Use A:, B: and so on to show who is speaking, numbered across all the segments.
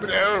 A: Para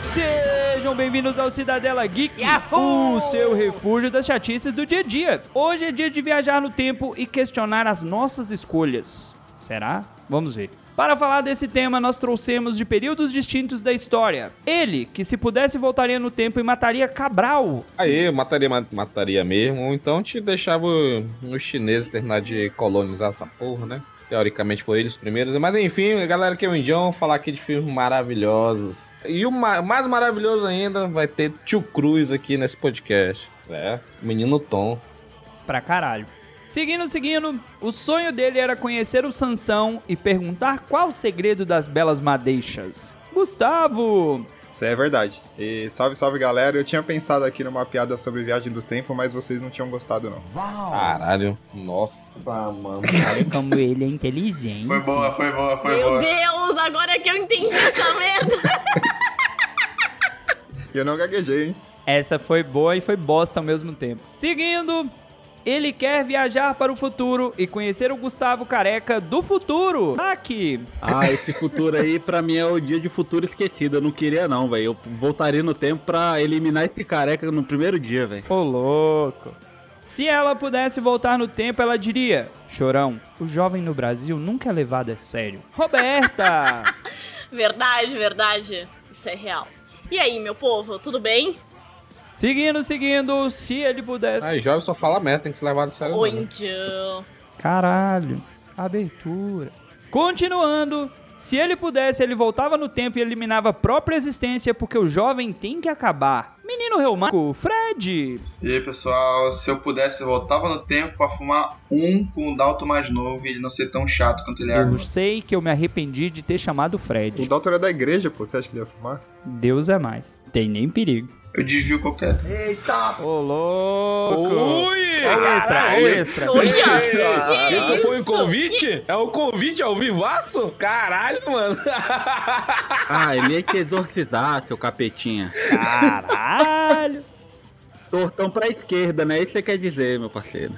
B: Sejam bem-vindos ao Cidadela Geek,
C: Yahoo!
B: o seu refúgio das chatices do dia a dia. Hoje é dia de viajar no tempo e questionar as nossas escolhas. Será? Vamos ver. Para falar desse tema, nós trouxemos de períodos distintos da história. Ele, que se pudesse voltaria no tempo e mataria Cabral.
D: Aí, eu mataria, ma- mataria mesmo, ou então te deixava os chineses terminar de colonizar essa porra, né? Teoricamente foi eles os primeiros, mas enfim, galera que é o Indião, vou falar aqui de filmes maravilhosos. E o ma- mais maravilhoso ainda vai ter Tio Cruz aqui nesse podcast. É, menino Tom.
B: Pra caralho. Seguindo, seguindo, o sonho dele era conhecer o Sansão e perguntar qual o segredo das belas madeixas. Gustavo!
E: Isso é verdade. E salve, salve galera. Eu tinha pensado aqui numa piada sobre viagem do tempo, mas vocês não tinham gostado, não.
D: Caralho. Nossa, mano.
B: Como ele é inteligente.
F: Foi boa, foi boa, foi
C: Meu
F: boa.
C: Deus, agora é que eu entendi essa merda.
E: E eu não gaguejei, hein?
B: Essa foi boa e foi bosta ao mesmo tempo. Seguindo, ele quer viajar para o futuro e conhecer o Gustavo Careca do futuro. Aqui.
G: Ah, esse futuro aí pra mim é o dia de futuro esquecido. Eu não queria não, velho. Eu voltaria no tempo pra eliminar esse careca no primeiro dia, velho.
B: Ô louco. Se ela pudesse voltar no tempo, ela diria: Chorão, o jovem no Brasil nunca é levado a sério. Roberta!
C: Verdade, verdade. Isso é real. E aí, meu povo, tudo bem?
B: seguindo, seguindo, se ele pudesse.
D: Aí, jovem só fala merda, tem que se levar do sério.
C: Ô,
D: não, né?
C: Indião.
B: Caralho, abertura. Continuando, se ele pudesse, ele voltava no tempo e eliminava a própria existência porque o jovem tem que acabar. Menino reumático, Fred.
F: E aí, pessoal, se eu pudesse, eu voltava no tempo pra fumar um com o Dalton mais novo e ele não ser tão chato quanto ele é
B: Eu
F: agora.
B: sei que eu me arrependi de ter chamado
E: O
B: Fred.
E: Doutor é da igreja, pô. Você acha que ele ia fumar?
B: Deus é mais. Tem nem perigo.
F: é. Eu desvio qualquer.
B: Ô, louco. Olha o extra, olha o extra.
C: Olha, que
D: Isso, foi o
C: isso?
D: convite? É o convite ao vivaço? Caralho, mano.
G: Ah, ele ia te exorcizar, seu capetinha.
B: Caralho.
G: Tortão pra esquerda, né? Isso você quer dizer, meu parceiro.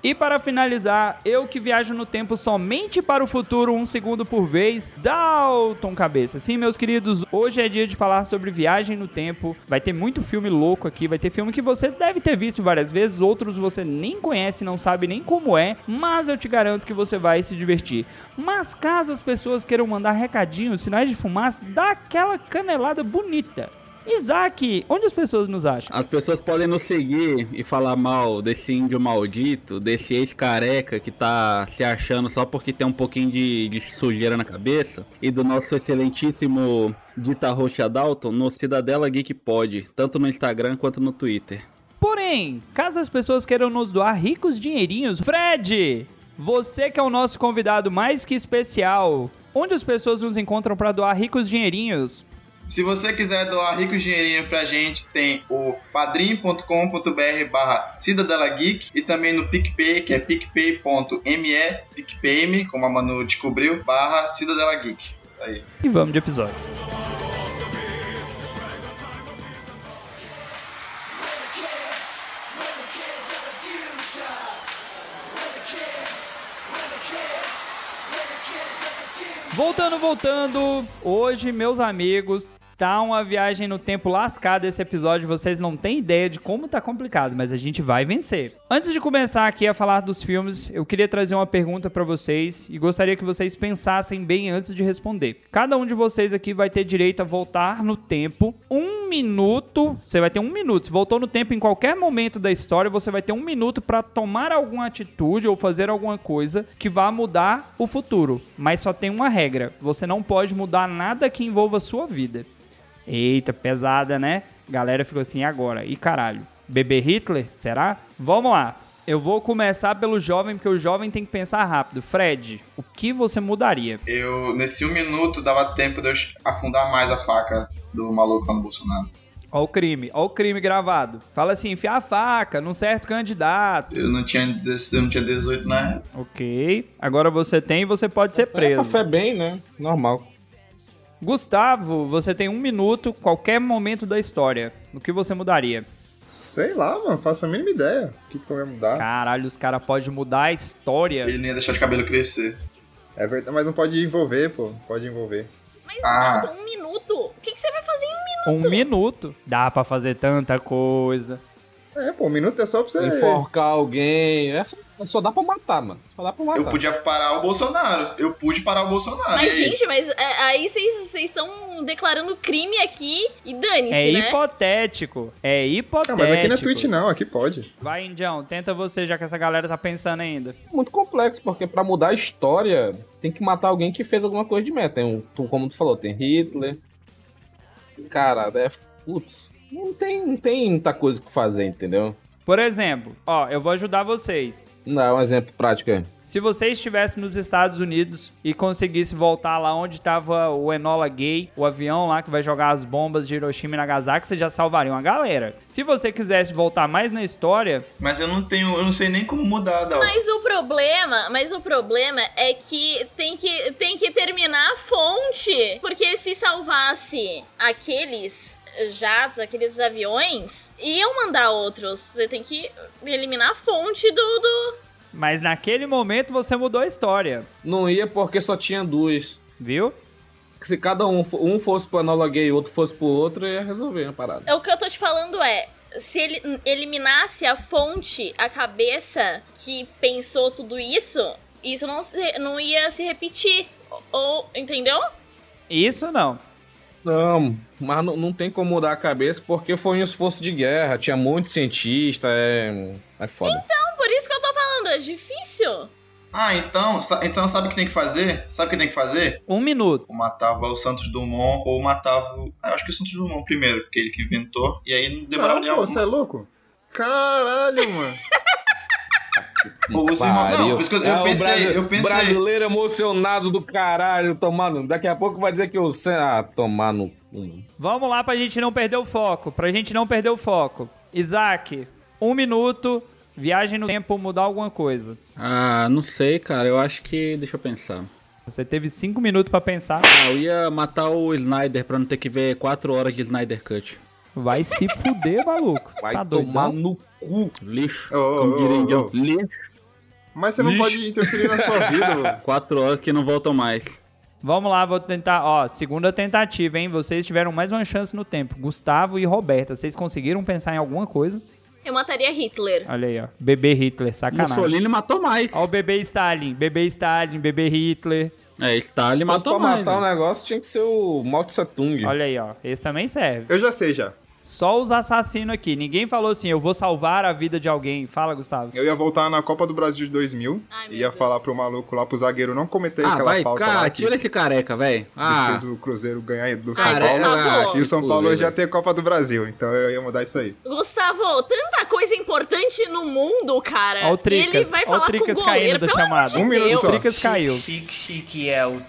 B: E para finalizar, eu que viajo no tempo somente para o futuro, um segundo por vez, Dalton Cabeça. Sim, meus queridos, hoje é dia de falar sobre viagem no tempo. Vai ter muito filme louco aqui, vai ter filme que você deve ter visto várias vezes, outros você nem conhece, não sabe nem como é, mas eu te garanto que você vai se divertir. Mas caso as pessoas queiram mandar recadinhos, sinais de fumaça, dá aquela canelada bonita. Isaac, onde as pessoas nos acham?
G: As pessoas podem nos seguir e falar mal desse índio maldito, desse ex-careca que tá se achando só porque tem um pouquinho de, de sujeira na cabeça, e do nosso excelentíssimo Dita Rocha Dalton no Cidadela Geek Pod, tanto no Instagram quanto no Twitter.
B: Porém, caso as pessoas queiram nos doar ricos dinheirinhos, Fred, você que é o nosso convidado mais que especial, onde as pessoas nos encontram para doar ricos dinheirinhos?
F: Se você quiser doar rico dinheirinho pra gente, tem o padrim.com.br barra Cidadela Geek e também no PicPay, que é picpay.me, picpay.me, como a Manu descobriu, barra Cidadela Geek. Aí.
B: E vamos de episódio. Voltando, voltando. Hoje, meus amigos, tá uma viagem no tempo lascada esse episódio. Vocês não têm ideia de como tá complicado, mas a gente vai vencer. Antes de começar aqui a falar dos filmes, eu queria trazer uma pergunta pra vocês e gostaria que vocês pensassem bem antes de responder. Cada um de vocês aqui vai ter direito a voltar no tempo um minuto. Você vai ter um minuto. Se voltou no tempo em qualquer momento da história, você vai ter um minuto pra tomar alguma atitude ou fazer alguma coisa que vá mudar o futuro. Mas só tem uma regra: você não pode mudar nada que envolva a sua vida. Eita, pesada, né? Galera ficou assim "E agora. E caralho. Bebê Hitler? Será? Vamos lá. Eu vou começar pelo jovem, porque o jovem tem que pensar rápido. Fred, o que você mudaria?
F: Eu, nesse um minuto, dava tempo de eu afundar mais a faca do maluco lá no Bolsonaro.
B: Ó o crime, ó o crime gravado. Fala assim, enfiar a faca num certo candidato.
F: Eu não tinha 16, eu não tinha né? 18 na época.
B: Ok. Agora você tem e você pode ser
D: É
B: preso.
D: café bem, né? Normal.
B: Gustavo, você tem um minuto, qualquer momento da história. O que você mudaria?
E: Sei lá, mano, faço a mínima ideia. O que, que eu ia mudar?
B: Caralho, os caras podem mudar a história.
F: Ele não ia deixar de cabelo crescer.
E: É verdade, mas não pode envolver, pô. Pode envolver.
C: Mas
F: Ah.
C: nada, um minuto. O que, que você vai fazer em um minuto?
B: Um minuto. Dá pra fazer tanta coisa.
E: É, pô, um minuto é só pra você.
D: Enforcar alguém. É só, só dá pra matar, mano. Só dá pra matar.
F: Eu podia parar o Bolsonaro. Eu pude parar o Bolsonaro.
C: Mas,
F: E aí?
C: gente, mas é, aí vocês vocês estão declarando crime aqui e dane-se,
B: É
C: né?
B: hipotético. É
E: Ah,
B: tipo- hipotético.
E: mas aqui não é Twitch, não, aqui pode.
B: Vai, Indião, tenta você, já que essa galera tá pensando ainda.
D: É muito complexo, porque pra mudar a história, tem que matar alguém que fez alguma coisa de meta. Tem um, tu- como tu falou, tem Hitler. Cara, é. Putz. Não tem, não tem muita coisa que fazer, entendeu?
B: Por exemplo, ó, eu vou ajudar vocês.
D: Não é um exemplo prático aí.
B: Se você estivesse nos Estados Unidos e conseguisse voltar lá onde estava o Enola Gay, o avião lá que vai jogar as bombas de Hiroshima e Nagasaki, você já salvaria uma galera. Se você quisesse voltar mais na história,
F: Mas eu não tenho, eu não sei nem como mudar, Dal.
C: Mas o problema, mas o problema é que tem que tem que terminar a fonte, porque se salvasse aqueles jatos, aqueles aviões, iam mandar outros. Você tem que eliminar a fonte do, do...
B: mas naquele momento você mudou a história,
D: Não ia porque só tinha duas.
B: viu?
D: Se cada um, fo- um fosse pro Enola Gay e outro fosse pro outro, ia resolver a parada.
C: O que eu tô te falando é se ele eliminasse a fonte, a cabeça que pensou tudo isso, isso não, se- não ia se repetir. Ou, entendeu? Então,
B: Isso não.
D: Não, mas não, não tem como mudar a cabeça porque foi um esforço de guerra. Tinha muito cientista, é. É foda.
C: Então, por isso que eu tô falando, é difícil.
F: Ah, então, sa- então sabe o que tem que fazer? Sabe o que tem que fazer?
B: Um minuto.
F: Ou matava o Santos Dumont, ou matava. o- Ah, eu acho que o Santos Dumont primeiro, porque ele que inventou. E aí não demorava
E: Não,
F: nem
E: pô, você é louco? Caralho, mano.
F: Ou os irmãos- não, por isso que eu- eu
D: É o
F: pensei,
D: brasi-
F: eu pensei.
D: Brasileiro emocionado do caralho, tomando. Daqui a pouco vai dizer que o. Sen- Ah, tomar no. cu.
B: Vamos lá pra gente não perder o foco. Pra gente não perder o foco. Isaac, um minuto, viagem no tempo, mudar alguma coisa.
G: Ah, não sei, cara. Eu acho que. Deixa eu pensar.
B: Você teve cinco minutos pra pensar.
G: Ah, eu ia matar o Snyder pra não ter que ver 4 horas de Snyder Cut.
B: Vai se fuder, maluco.
D: Vai
B: tá
D: tomar
B: doidão?
D: no cu.
G: Lixo.
E: Ô, ô,
G: Como diria
E: ô,
G: Indião,
E: ô.
G: Lixo.
E: Mas você não
G: Lixo.
E: pode interferir na sua vida, mano.
G: 4 horas que não voltam mais.
B: Vamos lá, vou tentar. Ó, segunda tentativa, hein? Vocês tiveram mais uma chance no tempo. Gustavo e Roberta, vocês conseguiram pensar em alguma coisa?
C: Eu mataria Hitler.
B: Olha aí, ó. Bebê Hitler, sacanagem.
G: Mussolini matou mais.
B: Ó, o bebê Stalin, bebê Stalin, bebê Hitler.
G: É, Stalin
D: Mas pra
G: matou mais.
D: matar o
G: né?
D: negócio tinha que ser o Mao Tse Tung.
B: Olha aí, ó. Esse também serve.
E: Eu já sei já.
B: Só os assassinos aqui. Ninguém falou assim, eu vou salvar a vida de alguém. Fala, Gustavo.
E: Eu ia voltar na Copa do Brasil de 2000
C: Ai, meu
E: ia
C: Deus.
E: falar pro maluco lá, pro zagueiro não cometer
G: Ah,
E: aquela
G: vai,
E: falta
G: cara,
E: lá que,
G: tira esse careca, velho.
E: que
G: Ah, é
E: fez o Cruzeiro ganhar do São
C: Cara,
E: Paulo.
C: Gustavo.
E: E o São Paulo
G: hoje
E: já tem Copa do Brasil, então eu ia mudar isso aí.
C: Gustavo, tanta coisa importante no mundo, cara.
B: Ó o
C: E
B: Tricas,
C: ele vai
B: ó o
C: falar com o
B: Tricas
C: goleiro,
B: caindo da
C: pelo amor
B: chamada.
C: de
E: Um minuto
C: Deus.
E: só.
B: Tricas caiu.
H: Chique, chique é o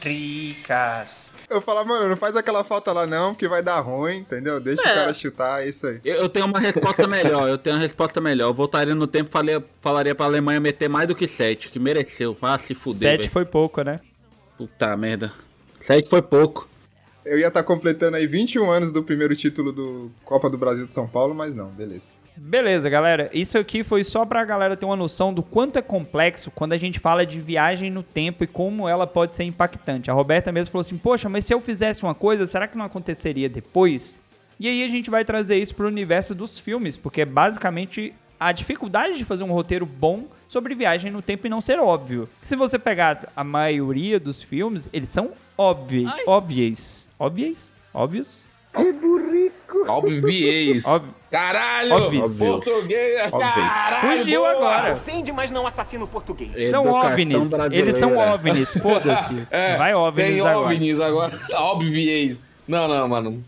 H: Tricas.
E: Eu falar, mano, não faz aquela falta lá não, porque vai dar ruim, entendeu? Deixa
C: É.
E: o cara chutar, é isso aí.
G: Eu, eu tenho uma resposta melhor, eu tenho uma resposta melhor. Eu voltaria no tempo e falei- falaria pra Alemanha meter mais do que 7, que mereceu. Ah, se fuder,
B: Sete
G: velho.
B: foi pouco, né?
G: Puta merda. 7 foi pouco.
E: Eu ia estar completando aí 21 anos do primeiro título do Copa do Brasil de São Paulo, mas não, beleza.
B: Beleza, galera. Isso aqui foi só pra galera ter uma noção do quanto é complexo quando a gente fala de viagem no tempo e como ela pode ser impactante. A Roberta mesmo falou assim: "Poxa, mas se eu fizesse uma coisa, será que não aconteceria depois?" E aí a gente vai trazer isso pro universo dos filmes, porque é basicamente a dificuldade de fazer um roteiro bom sobre viagem no tempo e não ser óbvio. Se você pegar a maioria dos filmes, eles são óbvios, óbvios, óbvios, óbvios.
D: Obviez.
B: Ob-
D: Caralho!
B: Obvious.
D: Português! Caralho!
B: Fugiu agora.
H: Ofende, mas não assassino português.
B: São
G: Educação
B: OVNIs.
G: brasileira.
B: Eles são OVNIs, foda-se.
D: É,
B: Vai OVNIs
D: Tem
B: agora.
D: OVNIs agora. Obviez. Não, não, mano.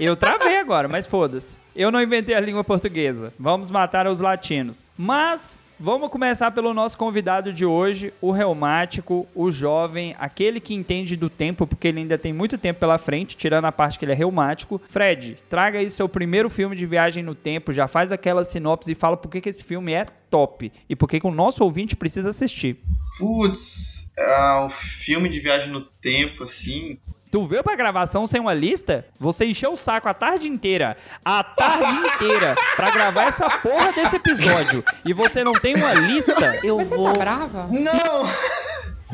B: Eu travei agora, mas foda-se. Eu não inventei a língua portuguesa. Vamos matar os latinos. Mas vamos começar pelo nosso convidado de hoje, o reumático, o jovem, aquele que entende do tempo, porque ele ainda tem muito tempo pela frente, tirando a parte que ele é reumático. Fred, traga aí seu primeiro filme de viagem no tempo, já faz aquela sinopse e fala por que, que esse filme é top e por que, que o nosso ouvinte precisa assistir.
F: Putz, ah, o filme de viagem no tempo, assim.
B: Tu veio pra gravação sem uma lista? Você encheu o saco a tarde inteira. A tarde inteira. Pra gravar essa porra desse episódio. E você não tem uma lista?
I: Eu Você vou... tá brava?
F: Não!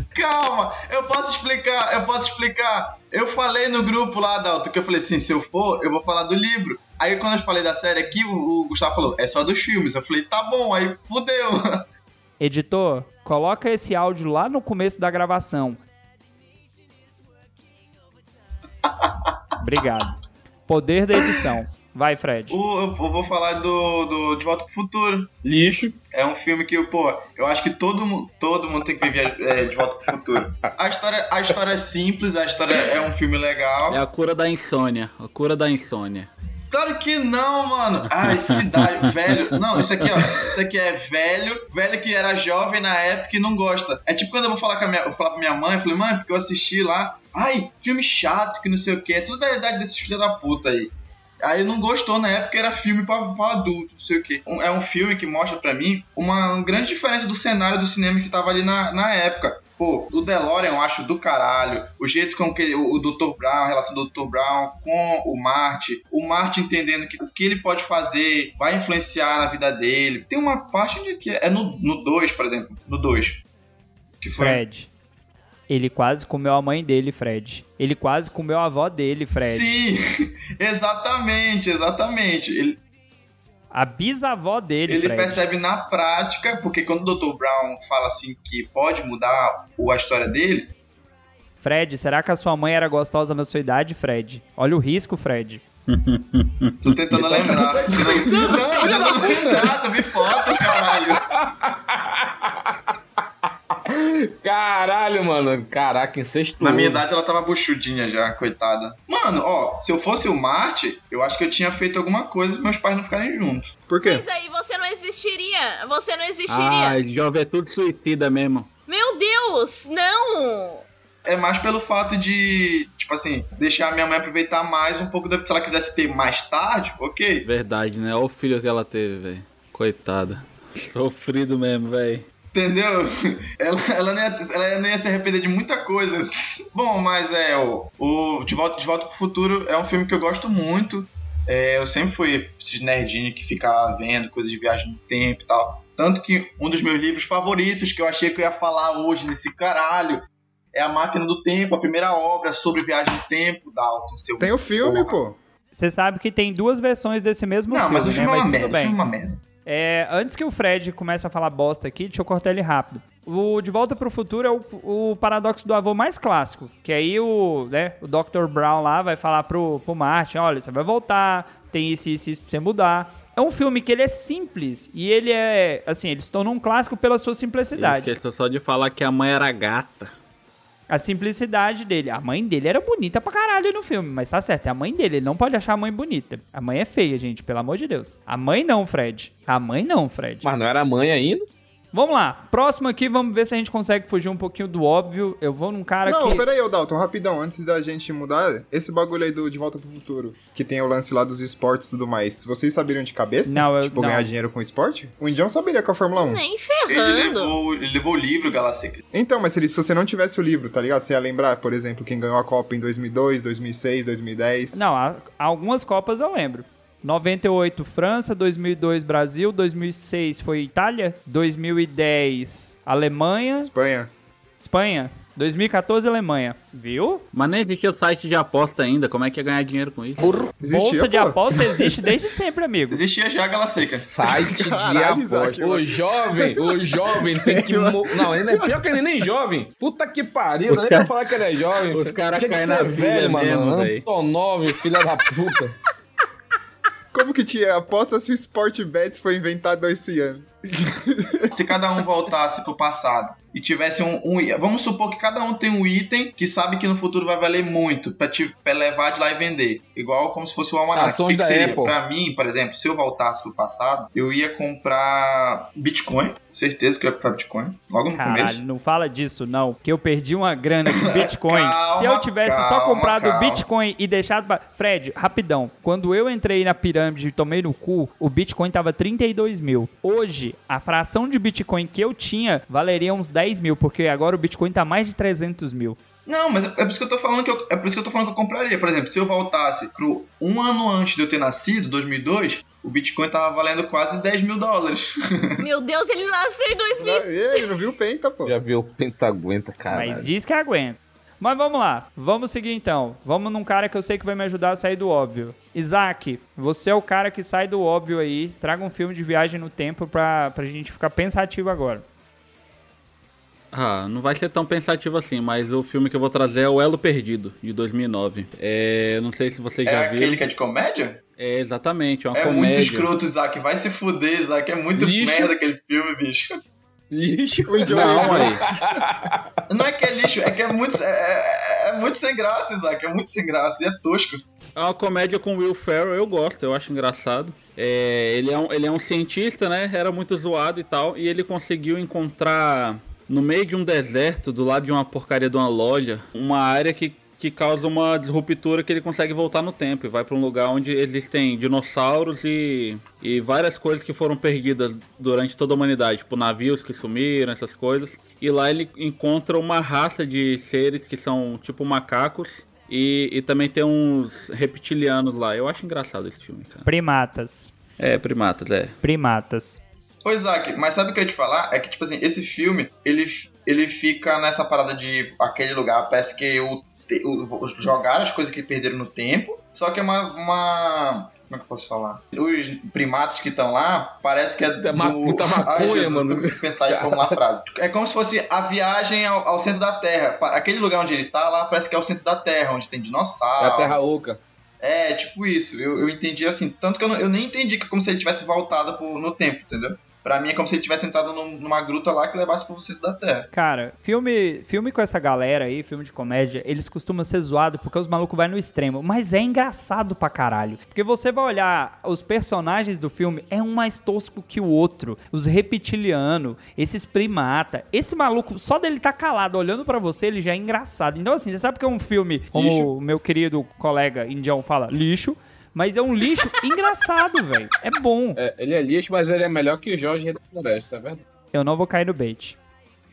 F: Calma, eu posso explicar, eu posso explicar. Eu falei no grupo lá, Dalton, que eu falei assim, se eu for, eu vou falar do livro. Aí quando eu falei da série aqui, o, o Gustavo falou, é só dos filmes. Eu falei, tá bom, aí fudeu.
B: Editor, coloca esse áudio lá no começo da gravação. Obrigado. Poder da edição. Vai, Fred.
F: O- eu, eu vou falar do, do De Volta pro Futuro.
D: Lixo.
F: É um filme que, pô, eu acho que todo mundo, todo mundo tem que ver é, De Volta pro Futuro. A história, a história é simples, a história é um filme legal.
G: É a cura da insônia. A cura da insônia.
F: Claro que não, mano. Ah, isso que dá, velho. Não, isso aqui, ó. Isso aqui é velho, velho que era jovem na época e não gosta. É tipo quando eu vou falar com a minha, eu falar pra minha mãe, eu falei, mãe, porque eu assisti lá. Ai, filme chato, que não sei o que. É tudo da idade desses filhos da puta aí. Aí não gostou na época, era filme pra, pra adulto, não sei o que. É um filme que mostra pra mim uma grande diferença do cenário do cinema que tava ali na, na época. Pô, o DeLorean eu acho do caralho. O jeito com que o, o Dr. Brown, a relação do Dr. Brown com o Marte. O Marte entendendo que o que ele pode fazer vai influenciar na vida dele. Tem uma parte de que é no 2, por exemplo. No 2. Que foi.
B: Fred. Ele quase comeu a mãe dele, Fred. Ele quase comeu a avó dele, Fred.
F: Sim, exatamente, exatamente. Ele,
B: A bisavó dele,
F: Ele
B: Fred.
F: percebe na prática, porque quando o Dr. Brown fala assim que pode mudar o- a história dele,
B: Fred, será que a sua mãe era gostosa na sua idade, Fred? Olha o risco, Fred.
F: tô tentando lembrar. Não, eu tentando lembrar, eu vi foto, caralho.
D: Caralho, mano. Caraca, incesto.
F: Na minha idade ela tava buchudinha já, coitada. Mano, ó, se eu fosse o Marte, eu acho que eu tinha feito alguma coisa pros meus pais não ficarem juntos.
E: Por quê?
C: Mas aí você não existiria. Você não existiria.
G: Ah, jovem é tudo suicida mesmo.
C: Meu Deus, não!
F: É mais pelo fato de, tipo assim, deixar a minha mãe aproveitar mais um pouco da vida. Se ela quisesse ter mais tarde, ok.
G: Verdade, né? Olha o filho que ela teve, velho. Coitada. Sofrido mesmo, velho.
F: Entendeu? Ela, ela, não ia, ela não ia se arrepender de muita coisa. Bom, mas é, o, o de, Volta, de Volta pro Futuro é um filme que eu gosto muito. É, eu sempre fui esses nerdinho que ficava vendo coisas de viagem no tempo e tal. Tanto que um dos meus livros favoritos que eu achei que eu ia falar hoje nesse caralho é A Máquina do Tempo, a primeira obra sobre viagem no tempo da Alton. Seu...
E: Tem o filme, pô.
B: Você sabe que tem duas versões desse mesmo
F: Não,
B: filme,
F: mas o
B: né?
F: filme é uma
B: tudo
F: merda. O
B: bem.
F: filme é uma merda.
B: É, antes que o Fred comece a falar bosta aqui, deixa eu cortar ele rápido. O De Volta pro Futuro é o, o paradoxo do avô mais clássico. Que aí o, né, o Dr. Brown lá vai falar pro, pro Martin, olha, você vai voltar, tem isso, isso, isso pra você mudar. É um filme que ele é simples e ele é, assim, ele se tornou um clássico pela sua
G: Ele
B: simplicidade.
G: esqueceu só de falar que a mãe era gata.
B: A simplicidade dele. A mãe dele era bonita pra caralho no filme, mas tá certo, é a mãe dele, ele não pode achar a mãe bonita. A mãe é feia, gente, pelo amor de Deus. A mãe não, Fred. A mãe não, Fred.
D: Mas não era mãe ainda?
B: Vamos lá, próximo aqui, vamos ver se a gente consegue fugir um pouquinho do óbvio. Eu vou num cara
E: Não,
B: que.
E: peraí, ô Dalton, rapidão, antes da gente mudar, esse bagulho aí do De Volta pro Futuro, que tem o lance lá dos esportes e tudo mais, vocês saberiam de cabeça?
B: Não, eu-
E: Tipo,
B: não.
E: ganhar dinheiro com esporte? O Indião saberia com a Fórmula 1.
C: Nem
F: Ele
C: ferrando.
F: levou, ele levou o livro, Galáxia.
E: Então, mas se, ele- se você não tivesse o livro, tá ligado? Você ia lembrar, por exemplo, quem ganhou a Copa em 2002, 2006, 2010.
B: Não, há- algumas Copas eu lembro. 98 França, 2002 Brasil, 2006 foi Itália, 2010 Alemanha,
E: Espanha.
B: Espanha, 2014 Alemanha. Viu?
G: Mas nem existia o site de aposta ainda. Como é que ia ganhar dinheiro com isso?
E: Existia,
B: Bolsa de
E: pô.
B: aposta existe desde sempre, amigo.
F: Existia já a Galáxia.
D: Site de
E: Caralho, Isaac,
D: aposta. O jovem, o jovem tem que. mo- Não, ele é pior que ele nem jovem. Puta que pariu, não é nem pra falar que ele é jovem.
G: Os caras
D: Tinha que
G: caem na
D: ser
G: vida
D: velho,
G: mesmo,
D: mano.
G: véi.
D: Antonov, filha da puta.
E: Como que tinha? Aposta se o Sport Bets foi inventado esse ano.
F: Se cada um voltasse pro passado e tivesse um, um i- Vamos supor que cada um tem um item que sabe que no futuro vai valer muito pra te pra levar de lá e vender. Igual como se fosse o almanac.
D: Ações
F: O que que
D: da
F: seria?
D: Apple.
F: Pra mim, por exemplo, se eu voltasse pro passado, eu ia comprar Bitcoin. Certeza que eu ia comprar Bitcoin. Logo no
B: Caralho,
F: começo.
B: não fala disso, não. Que eu perdi uma grana com Bitcoin.
F: Calma,
B: Se eu tivesse só
F: calma,
B: comprado
F: calma.
B: Bitcoin e deixado pra. Fred, rapidão. Quando eu entrei na pirâmide e tomei no cu, o Bitcoin tava 32 mil. Hoje, a fração de Bitcoin que eu tinha valeria uns 10 mil, porque agora o Bitcoin tá mais de 300 mil.
F: Não, mas é por isso que eu tô falando que eu, é por isso que eu tô falando que eu compraria. Por exemplo, se eu voltasse pro um ano antes de eu ter nascido, 2002, o Bitcoin tava valendo quase 10 mil dólares.
C: Meu Deus, ele nasceu em 2000.
E: Ele não viu o Penta, pô.
D: Já viu o Pentaguenta, cara.
B: Mas diz que aguenta. Mas vamos lá, vamos seguir então. Vamos num cara que eu sei que vai me ajudar a sair do óbvio. Isaac, você é o cara que sai do óbvio aí. Traga um filme de viagem no tempo pra, pra gente ficar pensativo agora.
G: Ah, não vai ser tão pensativo assim, mas o filme que eu vou trazer é O Elo Perdido, de 2009. É, eu não sei se você
F: É
G: já viu.
F: aquele que é de comédia?
G: É exatamente, é uma
F: é
G: comédia.
F: muito escroto, Isaac. Vai se fuder, Isaac. É muito
D: Lixo.
F: merda aquele filme, bicho.
D: Lixo.
G: Não, aí.
F: Não é que é lixo, é que é muito, é, é- é muito sem graça, Isaac. É muito sem graça e é tosco.
G: É uma comédia com Will Ferrell, eu gosto, eu acho engraçado. É, ele, é um, ele é um cientista, né? Era muito zoado e tal. E ele conseguiu encontrar, no meio de um deserto, do lado de uma porcaria de uma loja, uma área que, que causa uma disruptura que ele consegue voltar no tempo. E vai pra um lugar onde existem dinossauros e, e várias coisas que foram perdidas durante toda a humanidade. Tipo, navios que sumiram, essas coisas. E lá ele encontra uma raça de seres que são tipo macacos. E, e também tem uns reptilianos lá. Eu acho engraçado esse filme, cara.
B: Primatas.
G: É, primatas, é.
B: Primatas.
F: Ô, Isaac, mas sabe o que eu ia te falar? É que, tipo assim, esse filme, ele, ele fica nessa parada de aquele lugar. Parece que o, te- o- os- jogaram as coisas que perderam no tempo. Só que é uma. uma- como é que eu posso falar? Os primatas que estão lá, parece que é
D: Tá ma-
F: do...
D: tá maconha,
F: Jesus,
D: mano.
F: Eu não consigo pensar em formular a frase. É como se fosse a viagem ao, ao centro da Terra. Pa- Aquele lugar onde ele tá, lá parece que é o centro da Terra, onde tem
D: É a
F: dinossauro.
D: Terra Oca.
F: É, tipo isso. Eu, eu entendi assim. Tanto que eu, não- eu nem entendi que é como se ele tivesse voltado pro- no tempo, entendeu? Pra mim é como se ele tivesse entrado num- numa gruta lá que levasse pro centro da Terra.
B: Cara, filme, filme com essa galera aí, filme de comédia, eles costumam ser zoados porque os malucos vai no extremo. Mas é engraçado pra caralho. Porque você vai olhar os personagens do filme, é um mais tosco que o outro. Os reptilianos, esses primata. Esse maluco, só dele tá calado olhando pra você, ele já é engraçado. Então, assim, você sabe que é um filme, como
D: Lixo.
B: o meu querido colega indião fala, lixo. Mas é um lixo engraçado, velho. É bom.
D: É, ele é lixo, mas ele é melhor que o Jorge Rei da Floresta, é verdade.
B: Eu não vou cair no bait.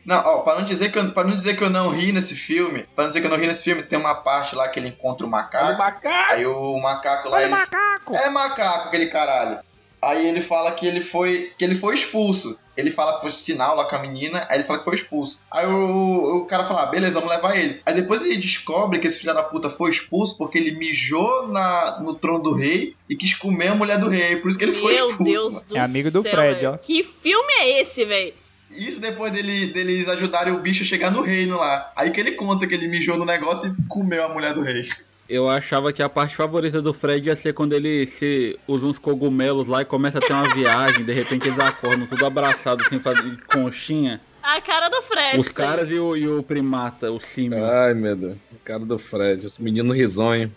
F: Não, ó, pra não dizer que eu, pra não dizer que eu não ri nesse filme, pra não dizer que eu não ri nesse filme, tem uma parte lá que ele encontra o
D: é
F: macaco. Aí o macaco lá
B: Olha o
F: ele
B: macaco!
F: É macaco aquele caralho. Aí ele fala que ele foi que ele foi expulso. Ele fala pro sinal lá com a menina, aí ele fala que foi expulso. Aí o, o cara fala, ah, beleza, vamos levar ele. Aí depois ele descobre que esse filho da puta foi expulso porque ele mijou na, no trono do rei e quis comer a mulher do rei. Por isso que ele foi
C: Meu
F: expulso.
C: Deus
F: mano.
C: do
B: É amigo do
C: céu,
B: Fred,
C: velho.
B: ó.
C: Que filme é esse, velho?
F: Isso depois dele, deles ajudarem o bicho a chegar no reino lá. Aí que ele conta que ele mijou no negócio e comeu a mulher do rei.
G: Eu achava que a parte favorita do Fred ia ser quando ele se usa uns cogumelos lá e começa a ter uma viagem, de repente eles acordam tudo abraçado, assim, fazendo conchinha.
C: A cara do
B: É,
C: Fred.
G: Os
C: isso
G: caras e o, e o primata, o símio.
D: Ai, meu Deus. O cara do Fred, esse menino risonho.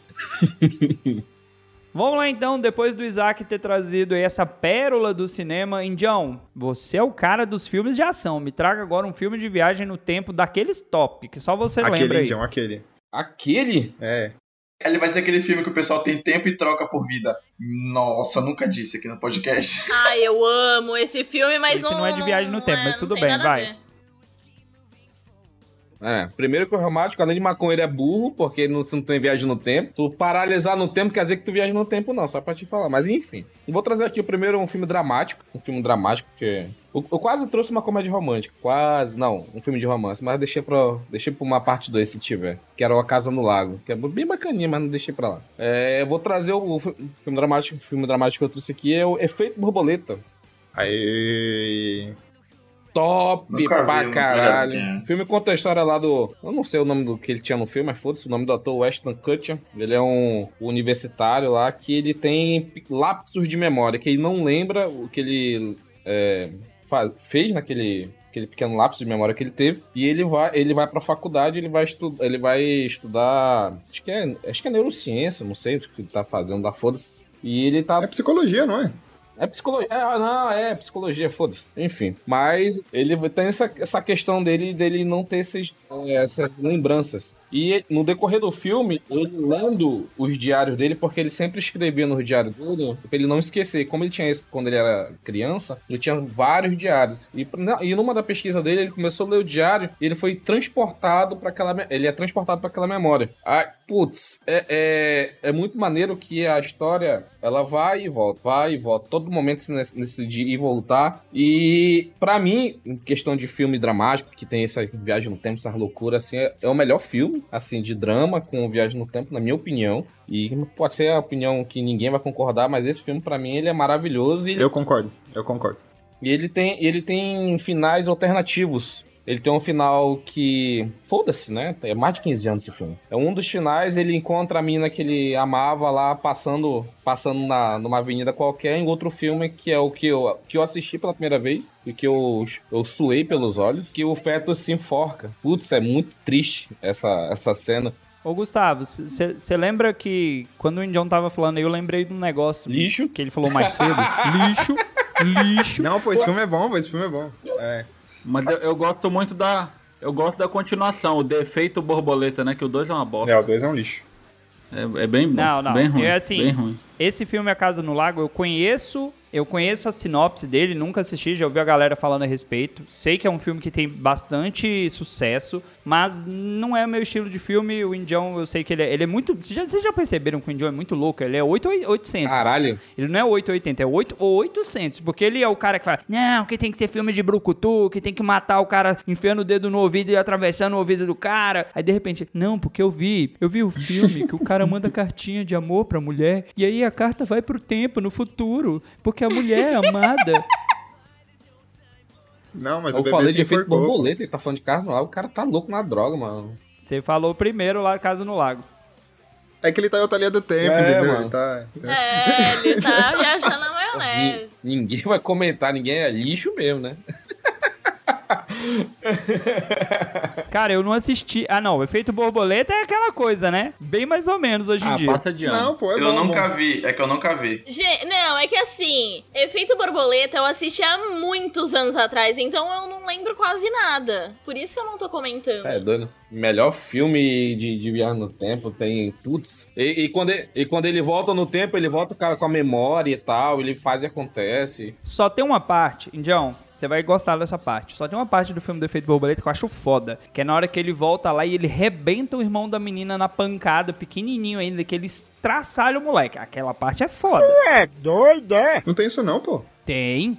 B: Vamos lá então, depois do Isaac ter trazido aí essa pérola do cinema, Indião, você é o cara dos filmes de ação. Me traga agora um filme de viagem no tempo daqueles top, que só você lembra
E: Aquele,
B: aí.
E: então, aquele.
D: Aquele?
E: É.
F: Aí Ele vai dizer aquele filme que o pessoal tem tempo e troca por vida. Nossa, nunca disse aqui no podcast.
C: aí. Ai, eu amo esse filme, mas
B: Esse
C: não.
B: não é de Viagem no Tempo, mas
C: não
B: tudo
C: tem
B: bem,
C: nada a
B: vai.
C: ver.
D: É, primeiro que o Romático, além de maconha, ele é burro, porque não, você não tem viagem no tempo. Tu paralisar no tempo quer dizer que tu viaja no tempo, não, só pra te falar. Mas enfim. Vou trazer aqui o primeiro um filme dramático. Um filme dramático, porque. Eu, eu quase trouxe uma comédia romântica. Quase. Não, um filme de romance. Mas deixei pra, deixei pra uma parte 2 se tiver. Que era A Casa no Lago. Que é bem bacaninha, mas não deixei pra lá. É, eu vou trazer o, o fi- filme dramático. O filme dramático que eu trouxe aqui é o Efeito Borboleta.
E: Aí.
D: Top
F: Nunca vi,
D: pra
F: nunca
D: caralho.
F: vi, né?
D: O filme conta a história lá do. Eu não sei o nome do que ele tinha no filme, mas foda-se, o nome do ator Weston Kutcher. Ele é um universitário lá que ele tem lapsos de memória, que ele não lembra o que ele é, fa- fez naquele aquele pequeno lapso de memória que ele teve, e ele vai, ele vai pra faculdade, ele vai estudar, ele vai estudar, acho que é, acho que é neurociência, não sei o que ele tá fazendo, da foda-se. E ele tá
E: É psicologia, não é?
D: é psicologia. É, ah, não, é psicologia, foda-se. Enfim. Mas ele tem essa, essa questão dele, dele não ter esses, eh, essas lembranças. E no decorrer do filme, ele lendo os diários dele, porque ele sempre escrevia nos diários dele, pra ele não esquecer. Como ele tinha isso quando ele era criança, ele tinha vários diários. E, na- e numa da pesquisa dele, ele começou a ler o diário e ele foi transportado para aquela. me- Ele é transportado para aquela memória. Ah, putz, é, é, é muito maneiro que a história ela vai e volta, vai e volta. Todo momento se nesse, nesse de ir e voltar. E pra mim, em questão de filme dramático, que tem essa viagem no tempo, essas loucuras, assim, é, é o melhor filme, assim, de drama com viagem no tempo, na minha opinião. E pode ser a opinião que ninguém vai concordar, mas esse filme, pra mim, ele é maravilhoso e ele
E: Eu concordo, eu concordo.
D: e ele tem, ele tem finais alternativos. Ele tem um final que. Foda-se, né? É mais de 15 anos esse filme. É um dos finais, ele encontra a mina que ele amava lá, passando passando na, numa avenida qualquer, em outro filme, que é o que eu, que eu assisti pela primeira vez, e que eu, eu suei pelos olhos, que o feto se enforca. Putz, é muito triste essa, essa cena.
B: Ô, Gustavo, você lembra que quando o Indião tava falando aí, eu lembrei de um negócio
D: Lixo.
B: que ele falou mais cedo? lixo, lixo.
E: Não, pô, esse filme é bom, pô, esse filme é bom. É.
G: Mas eu, eu gosto muito da. Eu gosto da continuação, o defeito borboleta, né? Que o 2 é uma bosta.
E: É, o 2 é um lixo.
G: É, é bem bom.
B: Não, não.
G: Bem ruim.
B: É assim,
G: Bem ruim.
B: Esse filme A Casa no Lago, eu conheço, eu conheço a sinopse dele, nunca assisti, já ouvi a galera falando a respeito. Sei que é um filme que tem bastante sucesso, mas não é o meu estilo de filme. O Indião, eu sei que ele é, ele é muito. Vocês já, vocês já perceberam que o Indião é muito louco? Ele é 8 ou 800.
D: Caralho.
B: Ele não é 880, é 8 ou 800, porque ele é o cara que fala, não, que tem que ser filme de brucutu, que tem que matar o cara enfiando o dedo no ouvido e atravessando o ouvido do cara. Aí de repente, não, porque eu vi, eu vi o filme que o cara manda cartinha de amor pra mulher e aí a carta vai pro tempo, no futuro, porque a mulher é amada.
E: Não, mas
D: eu
E: o bebê
D: falei
E: se
D: de efeito
E: enforcou, pô.
D: borboleta, ele tá falando de carro lá, o cara tá louco na droga, mano.
B: Você falou primeiro lá, Casa no Lago.
E: É que ele tá em outra linha do tempo,
D: É,
E: entendeu?
D: mano.
E: Ele tá...
C: É, ele tá viajando na maionese.
D: Ni- Ninguém vai comentar, ninguém é lixo mesmo, né?
B: Cara, eu não assisti. Ah, não, o efeito borboleta é aquela coisa, né? Bem mais ou menos hoje em
G: Ah,
B: dia.
G: passa de ano.
E: Não, pô, é
F: eu
E: bom.
F: nunca
E: bom.
F: vi, é que eu nunca vi.
C: Gente, não, é que assim, Efeito Borboleta eu assisti há muitos anos atrás, então eu não lembro quase nada. Por isso que eu não tô comentando.
D: É doido. Melhor filme de, de viagem no tempo tem. Putz. E, e quando ele, e quando ele volta no tempo, ele volta com a, com a memória e tal, ele faz e acontece.
B: Só tem uma parte, Indião, você vai gostar dessa parte. Só tem uma parte do filme do Efeito Borboleta que eu acho foda. Que é na hora que ele volta lá e ele rebenta o irmão da menina na pancada, pequenininho ainda, que ele estraçalha o moleque. Aquela parte é foda.
J: É doido, é?
E: Não tem isso não, pô.
B: Tem,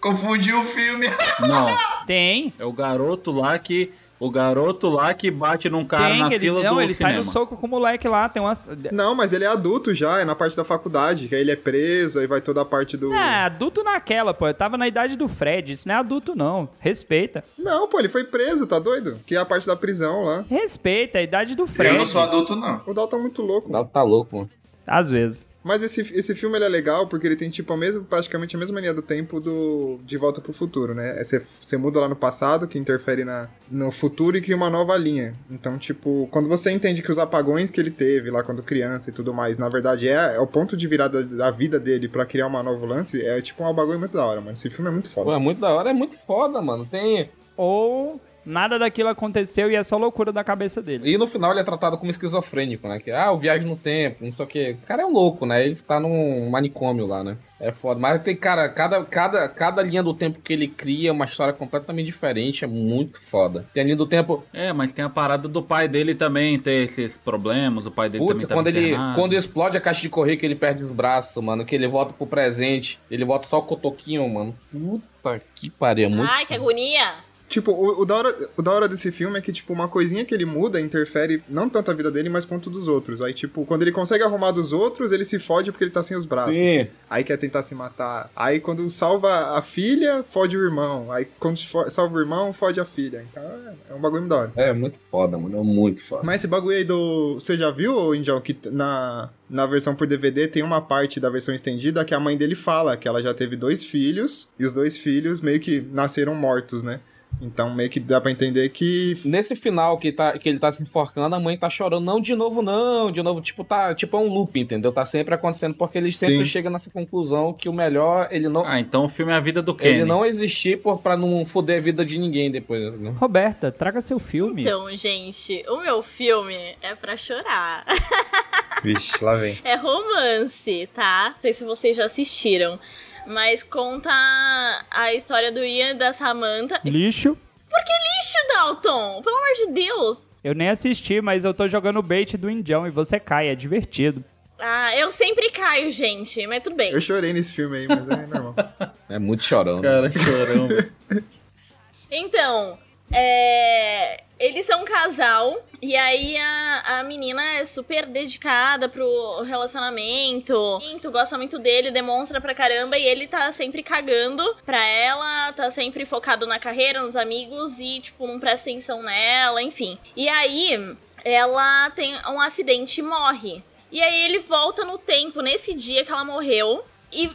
F: Confundi o filme.
G: Não.
B: tem.
G: É o garoto lá que. O garoto lá que bate num cara
B: tem,
G: na
B: ele,
G: fila
B: não,
G: do
B: ele sai
G: cinema.
B: no soco com o moleque lá, tem umas...
E: Não, mas ele é adulto já, é na parte da faculdade, que aí ele é preso, aí vai toda a parte do...
B: Ah, adulto naquela, pô. Eu tava na idade do Fred, isso não é adulto não. Respeita.
E: Não, pô, ele foi preso, tá doido? Que é a parte da prisão lá.
B: Respeita a idade do
F: Eu
B: Fred.
F: não sou adulto, não.
E: O Dal tá muito
D: O
E: louco.
D: Dalton tá louco, mano.
B: Às vezes.
E: Mas esse, esse filme ele é legal porque ele tem, tipo, a mesma, praticamente a mesma linha do tempo do De Volta pro Futuro, né? É Você você muda lá no passado, que interfere na, no futuro e cria uma nova linha. Então, tipo, quando você entende que os apagões que ele teve lá quando criança e tudo mais, na verdade, é, é o ponto de virada da vida dele pra criar uma nova lance, é tipo um bagulho muito da hora, mano. Esse filme é muito
D: Pô,
E: foda.
D: é muito da hora, é muito foda, mano. Tem.
B: Ou nada daquilo aconteceu e é só loucura da cabeça dele.
D: E no final ele é tratado como esquizofrênico, né? Que, ah, o viagem no tempo, não sei o quê. O cara é um louco, né? Ele tá num manicômio lá, né? É foda. Mas tem, cara, cada, cada, cada linha do tempo que ele cria é uma história completamente diferente. É muito foda. Tem a linha do tempo.
G: É, mas tem a parada do pai dele também ter esses problemas. O pai dele
D: Putz,
G: também tá
D: quando ele
G: internado.
D: quando explode a caixa de correio que ele perde os braços, mano, que ele volta pro presente, ele volta só o cotoquinho, mano. Puta que pariu, é muito.
C: Ai, que agonia!
E: Tipo, o, o da hora, o da hora desse filme é que, tipo, uma coisinha que ele muda interfere não tanto a vida dele, mas quanto dos outros. Aí, tipo, quando ele consegue arrumar dos outros, ele se fode porque ele tá sem os braços.
D: Sim.
E: Aí quer tentar se matar. Aí quando salva a filha, fode o irmão. Aí quando fo- salva o irmão, fode a filha. Então é- é um bagulho muito da hora.
D: É muito foda, mano. É muito foda.
E: Mas esse bagulho aí do. Você já viu, ô, Indião, que t- na, na versão por DVD tem uma parte da versão estendida que a mãe dele fala que ela já teve dois filhos e os dois filhos meio que nasceram mortos, né? Então meio que dá pra entender que.
D: Nesse final que, tá, que ele tá se enforcando, a mãe tá chorando, não, de novo não, de novo, tipo, tá, tipo é um loop, entendeu? Tá sempre acontecendo, porque ele sempre
E: Sim.
D: chega nessa conclusão que o melhor, ele não,
G: Ah, então o filme é a vida do Kenny.
D: ele não existir por, pra não foder a vida de ninguém depois, né?
B: Roberta, traga seu filme.
C: Então, gente, o meu filme é pra chorar.
E: Vixe, lá vem.
C: É romance, tá? Não sei se vocês já assistiram. Mas conta a história do Ian e da Samantha.
B: Lixo.
C: Ixi, Dalton! Pelo amor de Deus!
B: Eu nem assisti, mas eu tô jogando bait do Indião e você cai, é divertido.
C: Ah, eu sempre caio, gente, mas tudo bem.
E: Eu chorei nesse filme aí, mas é normal.
D: É muito chorando.
G: Cara, chorão.
C: Então, é, eles são um casal e aí a, a menina é super dedicada pro relacionamento. Tu gosta muito dele, demonstra pra caramba e ele tá sempre cagando pra ela, tá sempre focado na carreira, nos amigos e, tipo, não presta atenção nela, enfim. E aí ela tem um acidente e morre. E aí ele volta no tempo, nesse dia que ela morreu, e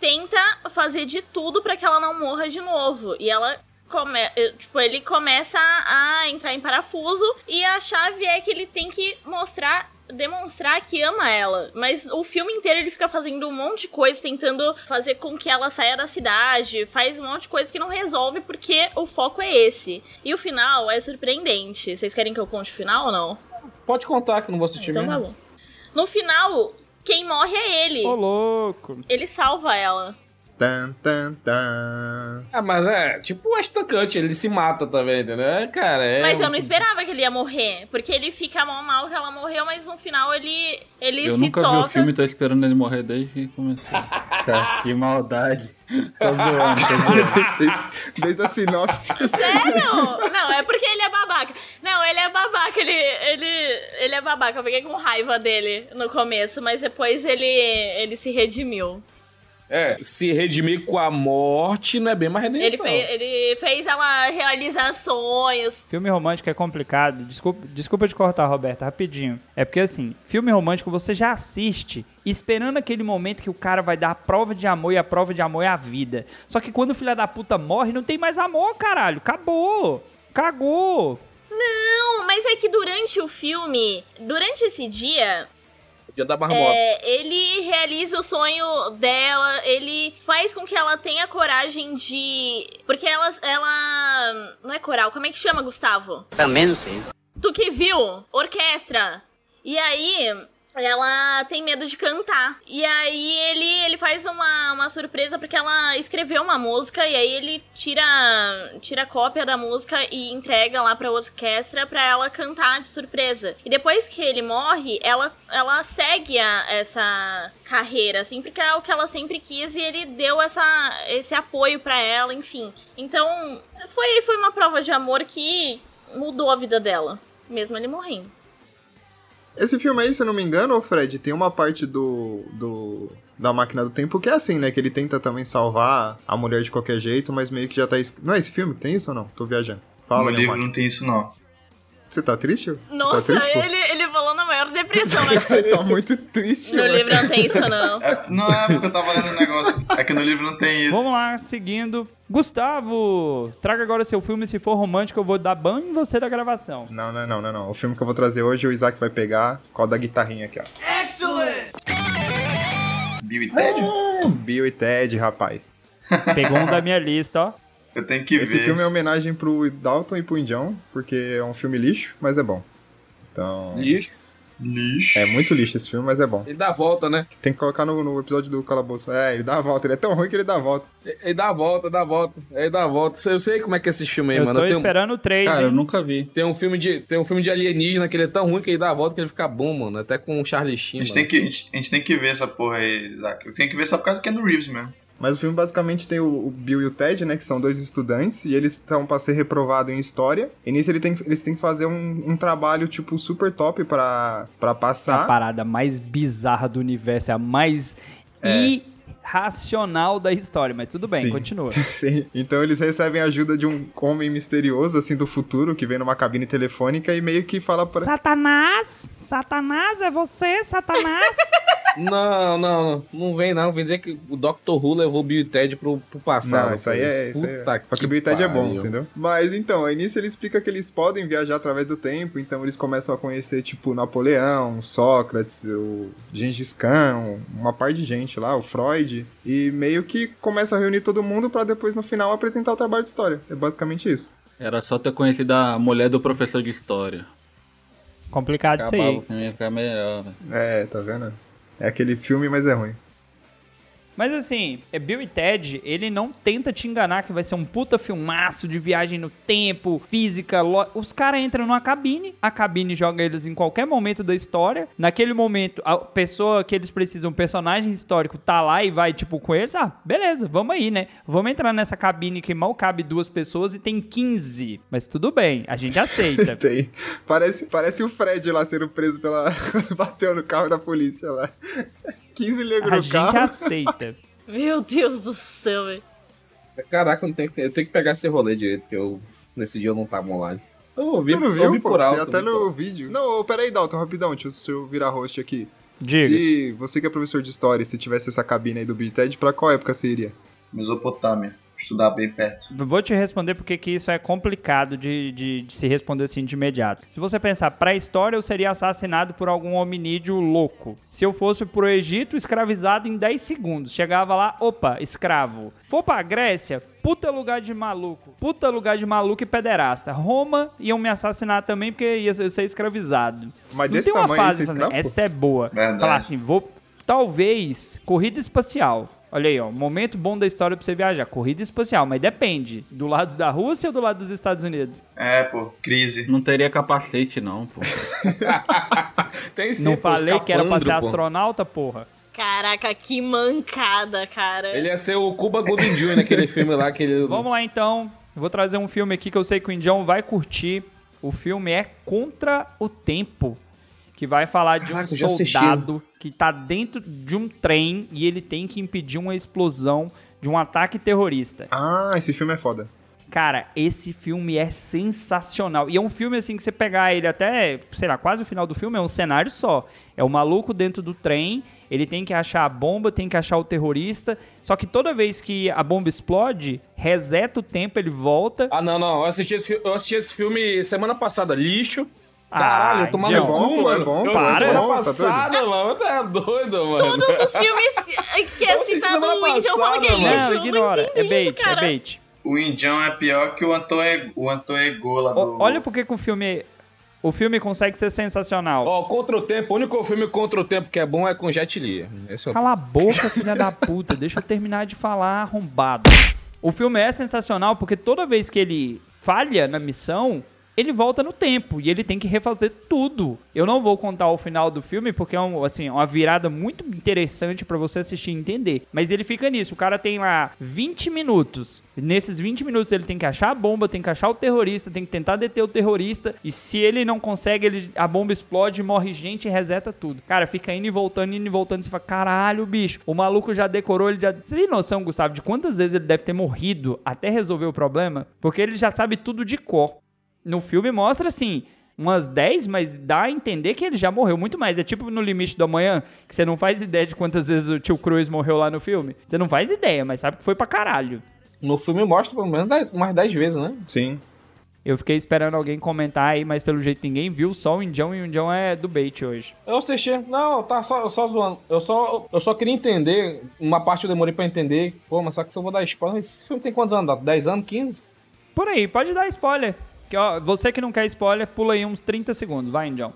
C: tenta fazer de tudo pra que ela não morra de novo. E ela come... eh, tipo, ele começa a entrar em parafuso e a chave é que ele tem que mostrar demonstrar que ama ela, mas o filme inteiro ele fica fazendo um monte de coisa tentando fazer com que ela saia da cidade, faz um monte de coisa que não resolve porque o foco é esse. E o final é surpreendente. Vocês querem que eu conte o final ou não?
D: Pode contar que eu não vou assistir
C: Então tá
D: mesmo.
C: bom. No final, quem morre é ele.
B: Ô, louco.
C: Ele salva ela.
E: Tan, tan, tan.
D: Ah, mas é, tipo o Ashton Kutcher, ele se mata também, entendeu? É, Cara, é...
C: Mas eu
D: um-
C: não esperava que ele ia morrer. Porque ele fica mal mal que ela morreu, mas no final ele, ele
G: Eu
C: se
G: nunca vi
C: toca.
G: o filme e tô esperando ele morrer desde que começou. Cara, que maldade. Tô zoando, tô zoando.
E: Desde, desde a sinopse.
C: Sério? Não, é porque ele é babaca. Não, ele é babaca, ele, ele, ele é babaca. Eu fiquei com raiva dele no começo, mas depois ele, ele se redimiu.
D: É, se redimir com a morte não é bem mais redenção.
C: Ele, fe,
G: então.
C: ele fez ela realizar sonhos.
B: Filme romântico é complicado. Desculpa, desculpa te cortar, Roberta, rapidinho. É porque assim, filme romântico você já assiste esperando aquele momento que o cara vai dar a prova de amor e a prova de amor é a vida. Só que quando o filho da puta morre, não tem mais amor, caralho. Acabou. Cagou.
C: Não, mas é que durante o filme, durante esse dia,
D: Dia da marmota.
C: É, ele realiza o sonho dela, ele faz com que ela tenha coragem de. Porque ela. ela não é coral, como é que chama, Gustavo?
I: Também não sei.
C: Tu que viu? Orquestra. E aí. Ela tem medo de cantar. E aí ele, ele faz uma, uma surpresa porque ela escreveu uma música e aí ele tira tira a cópia da música e entrega lá pra orquestra pra ela cantar de surpresa. E depois que ele morre, ela, ela segue a- essa carreira, assim, porque é o que ela sempre quis e ele deu essa, esse apoio pra ela, enfim. Então, foi, foi uma prova de amor que mudou a vida dela, mesmo ele morrendo.
E: Esse filme aí, se eu não me engano, ô Fred, tem uma parte do, do da máquina do tempo que é assim, né? Que ele tenta também salvar a mulher de qualquer jeito, mas meio que já tá. es- Não é esse filme que tem isso ou não? Tô viajando. Fala,
F: no
E: minha
F: livro né?
E: máquina.
F: não tem isso, não.
E: Você tá triste? Você
C: Nossa,
E: tá triste, pô?
C: ele, ele falou na maior depressão, né?
E: Ele tá muito triste,
C: No
E: mano.
C: livro não tem isso, não.
F: É, não é porque eu tava lendo o negócio. É que no livro não tem isso.
B: Vamos lá, seguindo. Gustavo, traga agora seu filme. Se for romântico, eu vou dar ban em você da gravação.
E: Não, é não, não, não, não. O filme que eu vou trazer hoje, o Isaac vai pegar. Qual da guitarrinha aqui, ó?
F: Bill e Ted?
E: Bill e Ted, rapaz.
B: Pegou um da minha lista, ó.
F: Eu tenho que
E: Esse
F: ver.
E: filme é homenagem pro Dalton e pro Indião, porque é um filme lixo, mas é bom. Então.
D: Lixo.
F: Lixo.
E: É muito lixo esse filme, mas é bom.
D: Ele dá a volta, né?
E: Tem que colocar no, no episódio do Calabouço. É, ele dá a volta. Ele é tão ruim que ele dá a volta.
D: Ele dá a volta, dá a volta. Ele dá a volta. Eu sei como é que é esse filme aí,
B: eu
D: mano.
B: tô
D: Tem um-
B: esperando três,
G: Cara, eu
B: hein?
G: nunca vi.
D: Tem um, filme de, tem um filme de alienígena que ele é tão ruim que ele dá a volta que ele fica bom, mano. Até com o Charlie
F: A
D: Sheen, mano.
F: gente, tem que, a, gente, a gente tem que ver essa porra aí, Isaac. Eu tenho que ver só por causa do Ken Reeves mesmo.
E: Mas o filme basicamente tem o, o Bill e o Ted, né? Que são dois estudantes, e eles estão pra ser reprovados em história. E nisso ele tem, que- eles têm que fazer um, um trabalho, tipo, super top pra, pra
B: A
E: passar.
B: parada mais bizarra do universo, é a mais irracional da história. Mas tudo bem,
E: Sim.
B: continua.
E: Sim. Então eles recebem a ajuda de um homem misterioso, assim, do futuro, que vem numa cabine telefônica e meio que fala pra.
B: Satanás! Satanás, é você, Satanás!
D: Não, não, não vem não. Vem dizer que o Dr. Who levou o Bill e Ted pro, pro passado.
E: Não, isso aí é. Isso aí é.
D: Puta
E: Só que o Bill e Ted é bom,
D: pariu.
E: entendeu? Mas então, aí nisso ele explica que eles podem viajar através do tempo, então eles começam a conhecer, tipo, Napoleão, Sócrates, o Gengis Khan, uma par de gente lá, o Freud, e meio que começa a reunir todo mundo pra depois no final apresentar o trabalho de história. É basicamente isso.
G: Era só ter conhecido a mulher do professor de história.
B: Complicado isso
G: Acabava o
B: aí.
G: filme ia ficar melhor, velho.
E: É, tá vendo? É aquele filme, mas é ruim.
B: Mas assim, é Bill e Ted, ele não tenta te enganar que vai ser um puta filmaço de viagem no tempo, física, lo... os caras entram numa cabine, a cabine joga eles em qualquer momento da história. Naquele momento, a pessoa que eles precisam, o personagem histórico, tá lá e vai tipo com eles, ah, beleza, vamos aí, né? Vamos entrar nessa cabine que mal cabe duas pessoas e tem 15. Mas tudo bem, a gente aceita.
E: Tem. Parece, parece o Fred lá sendo preso pela. quando bateu no carro da polícia lá. 15 negros
B: a
E: no
B: gente
E: carro.
B: aceita.
C: Meu Deus do céu, velho.
D: Caraca, eu tenho, que, eu tenho que pegar esse rolê direito, que eu nesse dia eu não tava online. Eu ouvi,
E: Você não viu,
D: eu ouvi
E: pô?
D: por alto. né?
E: Tem até
D: ouvi
E: no
D: por-
E: vídeo. Não, ô, peraí, Dalton, rapidão, deixa eu, deixa eu virar host aqui.
B: Diga.
E: Se você que é professor de história, se tivesse essa cabine aí do Big Ted, pra qual época você iria?
F: Mesopotâmia. Estudar bem perto.
B: Vou te responder porque que isso é complicado de, de, de se responder assim de imediato. Se você pensar pré-história, eu seria assassinado por algum hominídeo louco. Se eu fosse pro Egito, escravizado em 10 segundos. Chegava lá, opa, escravo. For pra Grécia, puta lugar de maluco. Puta lugar de maluco e pederasta. Roma iam me assassinar também porque ia- eu ia ser escravizado.
E: Mas
B: Não
E: desse
B: tem uma
E: tamanho aí,
B: fase
E: você
B: falando,
E: escravo, pô?
B: essa é boa.
F: Verdade.
B: Falar assim, vou. Talvez corrida espacial. Olha aí, ó. Momento bom da história pra você viajar. Corrida espacial, mas depende. Do lado da Rússia ou do lado dos Estados Unidos?
F: É, pô, crise.
G: Não teria capacete, não, pô.
D: Tem sim,
B: Não
D: pô,
B: falei que era pra ser
D: escafandro, pô.
B: astronauta, porra.
C: Caraca, que mancada, cara.
D: Ele ia ser o Cuba Gooding Jr. naquele filme lá que ele.
B: Vamos lá então. Vou trazer um filme aqui que eu sei que o Indião vai curtir. O filme é Contra o Tempo, que vai falar de um
D: Caraca, eu já assisti.
B: soldado que tá dentro de um trem e ele tem que impedir uma explosão de um ataque terrorista.
E: Ah, esse filme é foda.
B: Cara, esse filme é sensacional. E é um filme assim que você pegar ele até, sei lá, quase o final do filme, é um cenário só. É o maluco dentro do trem, ele tem que achar a bomba, tem que achar o terrorista. Só que toda vez que a bomba explode, reseta o tempo, ele volta.
D: Ah, não, não. Eu assisti, esse, fi- eu assisti esse filme semana passada, lixo. Caralho,
B: Ah,
D: eu tô maluco,
B: Dião,
E: É bom, pô, é
D: mano.
E: bom,
D: eu
B: para.
D: assisti
E: É
D: semana
E: bom, tá
D: passada, mano. Tá doido, mano.
C: Todos os filmes que- que
D: Eu
C: é
D: assisti
C: citado
D: semana
C: o Indian fala que é
D: passada,
C: lixo.
D: mano.
C: Eu
B: Não, ignora.
C: entendi
B: É
C: isso,
B: bait, é
C: cara.
B: bait.
F: O Indião é pior que o Antoe, o Antoe Gola
B: O-
F: do.
B: olha porque que o filme. O filme consegue ser sensacional.
D: Ó, Contra o Tempo. O único filme Contra o Tempo que é bom é com Jet Li. Esse é o...
B: Cala a boca, filha da puta. Deixa eu terminar de falar, arrombado. O filme é sensacional porque toda vez que ele falha na missão, ele volta no tempo e ele tem que refazer tudo. Eu não vou contar o final do filme porque é um, assim, uma virada muito interessante pra você assistir e entender. Mas ele fica nisso. O cara tem lá 20 minutos. Nesses 20 minutos ele tem que achar a bomba, tem que achar o terrorista, tem que tentar deter o terrorista. E se ele não consegue, ele- a bomba explode, morre gente e reseta tudo. Cara, fica indo e voltando, indo e voltando. Você fala, caralho, bicho. O maluco já decorou, ele já. Você tem noção, Gustavo, de quantas vezes ele deve ter morrido até resolver o problema? Porque ele já sabe tudo de cor. No filme mostra assim. Umas 10, mas dá a entender que ele já morreu muito mais. É tipo no limite do amanhã, que você não faz ideia de quantas vezes o tio Cruz morreu lá no filme. Você não faz ideia, mas sabe que foi pra caralho.
D: No filme mostra pelo menos dez- umas 10 vezes, né?
E: Sim.
B: Eu fiquei esperando alguém comentar aí, mas pelo jeito ninguém viu, só o Indião e o Indião é do bait hoje.
D: Eu assisti. Não, tá só, eu só zoando. Eu só, eu só queria entender. Uma parte eu demorei pra entender. Pô, mas só que se eu vou dar spoiler. Esse filme tem quantos anos? Dato? 10 anos? 15?
B: Por aí, pode dar spoiler. Que, ó, você que não quer spoiler, pula aí uns 30 segundos, vai, Indião.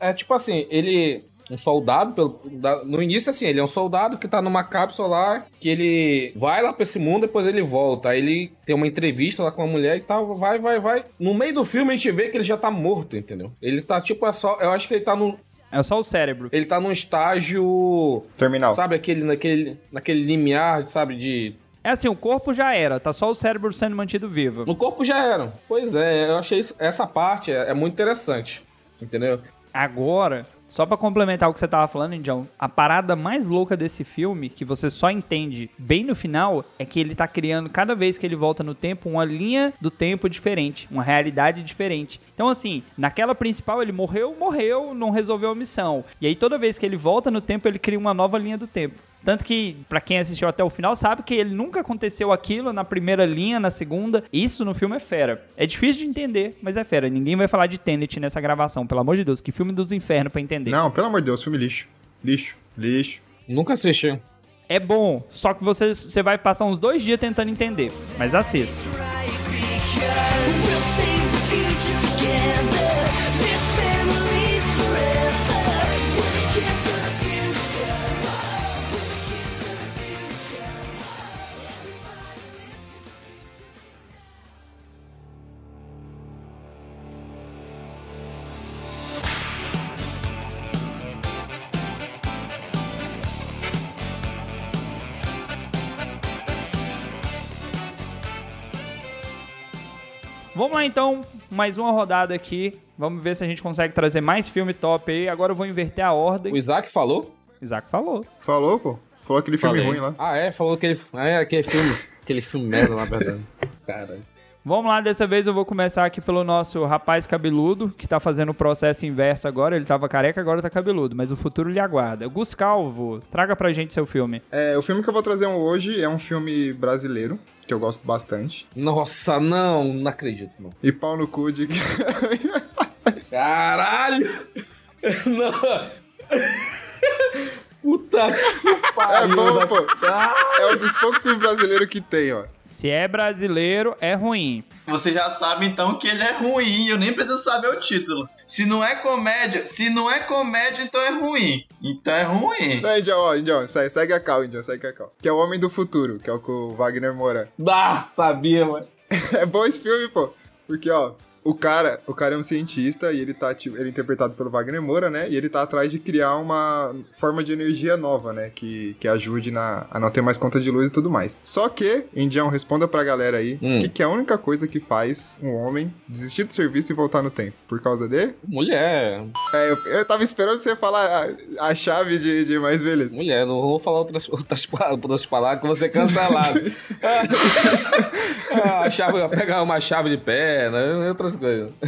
D: É tipo assim, ele. Um soldado, pelo, da- no início, assim, ele é um soldado que tá numa cápsula lá, que ele vai lá pra esse mundo, depois ele volta. Aí ele tem uma entrevista lá com uma mulher e tal, vai, vai, vai. No meio do filme a gente vê que ele já tá morto, entendeu? Ele tá tipo é só. Eu acho que ele tá num.
B: É só o cérebro.
D: Ele tá num estágio.
E: Terminal.
D: Sabe, aquele, naquele, naquele limiar, sabe, de
B: É assim, o corpo já era, tá só o cérebro sendo mantido vivo.
D: No corpo já era. Pois é, eu achei isso- essa parte é, é muito interessante. Entendeu?
B: Agora, Só pra complementar o que você tava falando, Indião, a parada mais louca desse filme, que você só entende bem no final, é que ele tá criando, cada vez que ele volta no tempo, uma linha do tempo diferente, uma realidade diferente. Então, assim, naquela principal ele morreu, morreu, não resolveu a missão. E aí toda vez que ele volta no tempo, ele cria uma nova linha do tempo. Tanto que, pra quem assistiu até o final, sabe que ele nunca aconteceu aquilo na primeira linha, na segunda. Isso no filme é fera. É difícil de entender, mas é fera. Ninguém vai falar de Tenet nessa gravação, pelo amor de Deus. Que filme dos infernos pra entender.
E: Não, pelo amor de Deus, filme lixo. Lixo, lixo.
D: Nunca assisti.
B: É bom, só que você, você vai passar uns dois dias tentando entender. Mas assista. Vamos lá então, mais uma rodada aqui. Vamos ver se a gente consegue trazer mais filme top aí. Agora eu vou inverter a ordem.
D: O Isaac falou?
B: Isaac falou.
E: Falou, pô? Falou aquele filme
D: Falei.
E: ruim lá.
D: Ah, é? Falou aquele, ah, é, aquele filme. aquele filme merda, na verdade. Cara.
B: Vamos lá, dessa vez eu vou começar aqui pelo nosso rapaz cabeludo, que tá fazendo o processo inverso agora. Ele tava careca, agora tá cabeludo, mas o futuro lhe aguarda. Gus Calvo, traga pra gente seu filme.
E: É, o filme que eu vou trazer hoje é um filme brasileiro, que eu gosto bastante.
D: Nossa, não, não acredito, não.
E: E pau no cu de... É
D: Caralho! Não. Puta que
E: é
D: pariu. né? Ah,
E: bom, pô. É um dos poucos filmes brasileiros que tem, ó.
B: Se é brasileiro, é ruim.
F: Você já sabe então que ele é ruim, eu nem preciso saber o título. Se não é comédia, se não é comédia, então é ruim. Então é ruim.
E: Não, Indião, ó, Indião, segue, segue a cal, Indião, segue a cal. Que é o Homem do Futuro, que é o com o Wagner Moura.
D: Ah, sabia, mas...
E: É bom esse filme, pô. Porque, ó, o cara, o cara é um cientista e ele tá, tipo, ele é interpretado pelo Wagner Moura, né? E ele tá atrás de criar uma forma de energia nova, né? Que, que ajude na, a não ter mais conta de luz e tudo mais. Só que, Indião, responda pra galera aí, o
D: Hum.
E: que, que é a única coisa que faz um homem desistir do serviço e voltar no tempo? Por causa de?
D: Mulher,
E: É, eu, eu tava esperando você falar a, a chave de, de mais beleza.
D: mulher, não vou falar outras, outras, pa- outras palavras que você cancelado. ah, a chave, pegar uma chave de perna, outras coisas.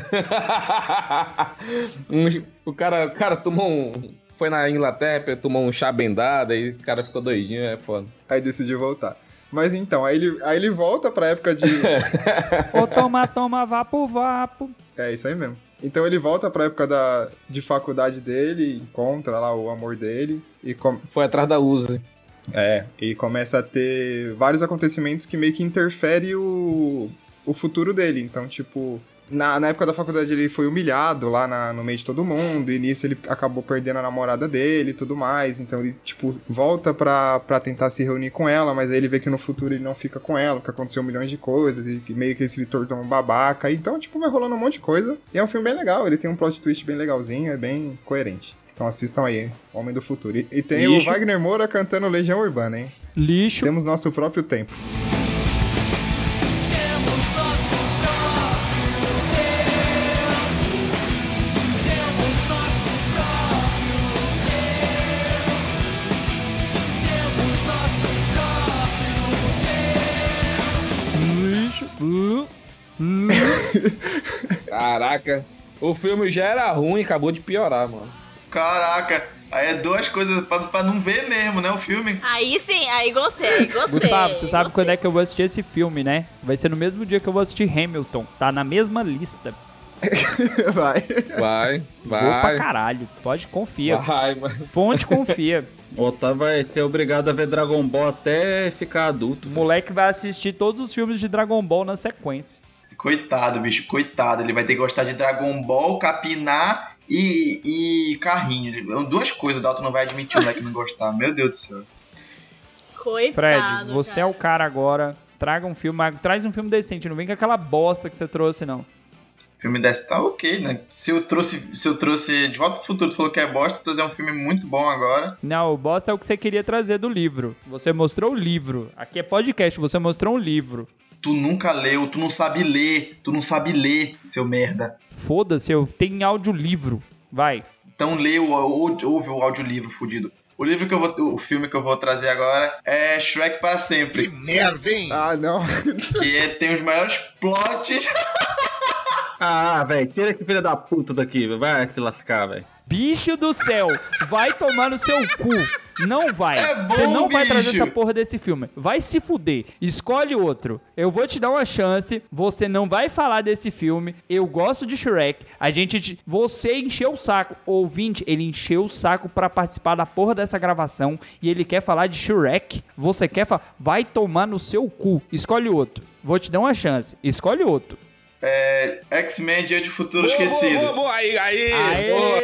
D: Um- o, cara, o cara tomou um. Foi na Inglaterra, tomou um chá bendado, aí o cara ficou doidinho, é foda.
E: Aí decidiu voltar. Mas então, aí ele, aí ele volta pra época de.
B: Ô, toma, toma, vapo, vapo.
E: é isso aí mesmo. Então ele volta pra época da, de faculdade dele, encontra lá o amor dele e, com-
D: Foi atrás da Uzi.
E: é, e começa a ter vários acontecimentos que meio que interfere o, o futuro dele. Então, tipo, na, na época da faculdade ele foi humilhado lá na- no meio de todo mundo, e nisso ele acabou perdendo a namorada dele e tudo mais. Então ele, tipo, volta pra, pra tentar se reunir com ela, mas aí ele vê que no futuro ele não fica com ela, porque aconteceu milhões de coisas, e que meio que ele se tornou um babaca. Então, tipo, vai rolando um monte de coisa. E é um filme bem legal, ele tem um plot twist bem legalzinho, é bem coerente. Então assistam aí, hein? Homem do Futuro. E, e tem
D: Lixo.
E: o Wagner Moura cantando Legião Urbana, hein?
B: Lixo.
E: Temos nosso próprio tempo.
D: um-
B: Lixo. Uh, uh.
D: Caraca. O filme já era ruim e acabou de piorar, mano.
F: Caraca, aí é duas coisas pra, pra não ver mesmo, né? O filme.
C: Aí sim, aí gostei, gostei.
B: Gustavo, você sabe
C: gostei.
B: quando é que eu vou assistir esse filme, né? Vai ser no mesmo dia que eu vou assistir Hamilton. Tá na mesma lista.
E: Vai.
D: Vai,
B: Boa pra
D: vai.
B: caralho. Pode, confia.
D: Vai, mano.
B: Fonte, confia.
G: O Otávio vai ser obrigado a ver Dragon Ball até ficar adulto.
B: O moleque vai assistir todos os filmes de Dragon Ball na sequência.
F: Coitado, bicho, coitado. Ele vai ter que gostar de Dragon Ball, capinar e, e carrinho. Ele- Duas coisas, o Dalton não vai admitir o moleque não gostar. Meu Deus do céu.
C: Coitado,
B: Fred, você
C: cara.
B: é o cara agora. Traga um filme, mas traz um filme decente. Não vem com aquela bosta que você trouxe, não.
F: Filme desse tá ok, né? Se eu trouxe, se eu trouxe De Volta pro Futuro, tu falou que é bosta, trazer um filme muito bom agora.
B: Não, o bosta é o que você queria trazer do livro. Você mostrou o livro. Aqui é podcast, você mostrou um livro.
F: Tu nunca leu, tu não sabe ler, tu não sabe ler, seu merda.
B: Foda-se, eu tenho audiolivro. Vai.
F: Então lê o, ou, ouve o audiolivro fudido. O livro que eu vou. O filme que eu vou trazer agora é Shrek para sempre.
A: Merda, hein?
E: Ah, não.
F: Que é- tem os maiores plots.
G: Ah, velho, tira esse filho da puta daqui, velho. vai se lascar, velho.
B: Bicho do céu, vai tomar no seu cu. Não vai.
F: É bom,
B: Você não vai
F: bicho.
B: trazer essa porra desse filme. Vai se fuder. Escolhe outro. Eu vou te dar uma chance. Você não vai falar desse filme. Eu gosto de Shrek. A gente. te- Você encheu o saco. Ouvinte, ele encheu o saco pra participar da porra dessa gravação. E ele quer falar de Shrek. Você quer falar. Vai tomar no seu cu. Escolhe outro. Vou te dar uma chance. Escolhe outro.
F: É, X-Men Dia de Futuro Esquecido.
D: Boa, boa, boa, aí, aí,
B: Aê!
D: boa.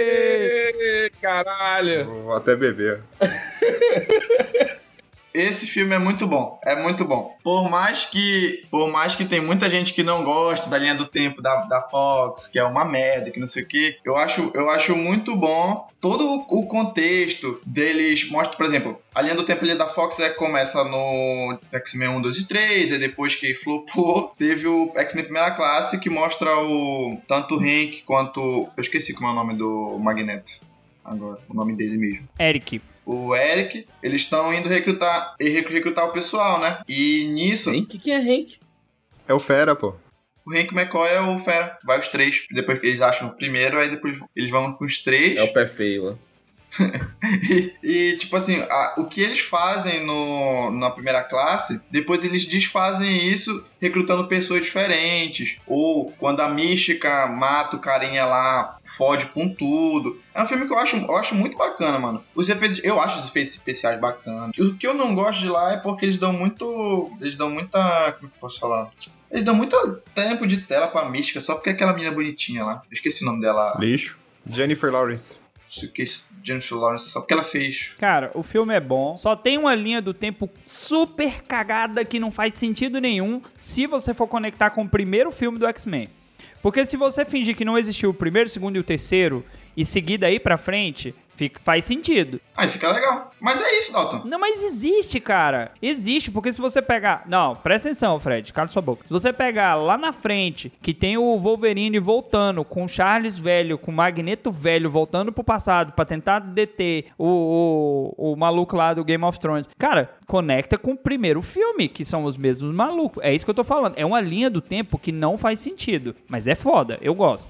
D: Aê, caralho.
E: Vou até beber.
F: Esse filme é muito bom, é muito bom. Por mais que, por mais que tem muita gente que não gosta da linha do tempo da, da Fox, que é uma merda, que não sei o quê, eu acho, eu acho muito bom todo o, o contexto deles. Mostra, por exemplo, a linha do tempo ali da Fox é, começa no X-Men 1, 2 e 3, e depois que flopou, teve o X-Men Primeira Classe, que mostra o tanto o Hank quanto. Eu esqueci como é o nome do Magneto. Agora, o nome dele mesmo
B: Eric.
F: o Eric, eles estão indo recrutar, e recru- recrutar o pessoal, né? E nisso,
D: Hank? Quem é Hank?
E: É o Fera, pô.
F: o Hank McCoy é o Fera. Vai os três, depois que eles acham o primeiro, aí depois eles vão com os três.
D: É o pé feio lá.
F: E, e, tipo assim, a- o que eles fazem no, na primeira classe, depois eles desfazem isso recrutando pessoas diferentes. Ou quando a mística mata o carinha lá, fode com tudo. É um filme que eu acho, eu acho muito bacana, mano. Os efeitos, eu acho os efeitos especiais bacanas. O que eu não gosto de lá é porque eles dão muito. Eles dão muita. Como que eu posso falar? Eles dão muito tempo de tela pra mística, só porque é aquela menina bonitinha lá. Eu esqueci o nome dela.
E: Lixo. Jennifer Lawrence.
F: Esqueci, Jennifer Lawrence, só porque ela fez
B: Cara, o filme é bom. Só tem uma linha do tempo super cagada que não faz sentido nenhum se você for conectar com o primeiro filme do X-Men. Porque se você fingir que não existiu o primeiro, o segundo e o terceiro e seguir daí pra frente, fica- faz sentido.
F: Aí fica legal. Mas é isso, Dalton.
B: Não, mas existe, cara. Existe, porque se você pegar. Não, presta atenção, Fred, cala sua boca. Se você pegar lá na frente, que tem o Wolverine voltando, com o Charles velho, com o Magneto velho, voltando pro passado pra tentar deter o, o, o maluco lá do Game of Thrones. Cara, conecta com o primeiro filme, que são os mesmos malucos. É isso que eu tô falando. É uma linha do tempo que não faz sentido. Mas é foda, eu gosto.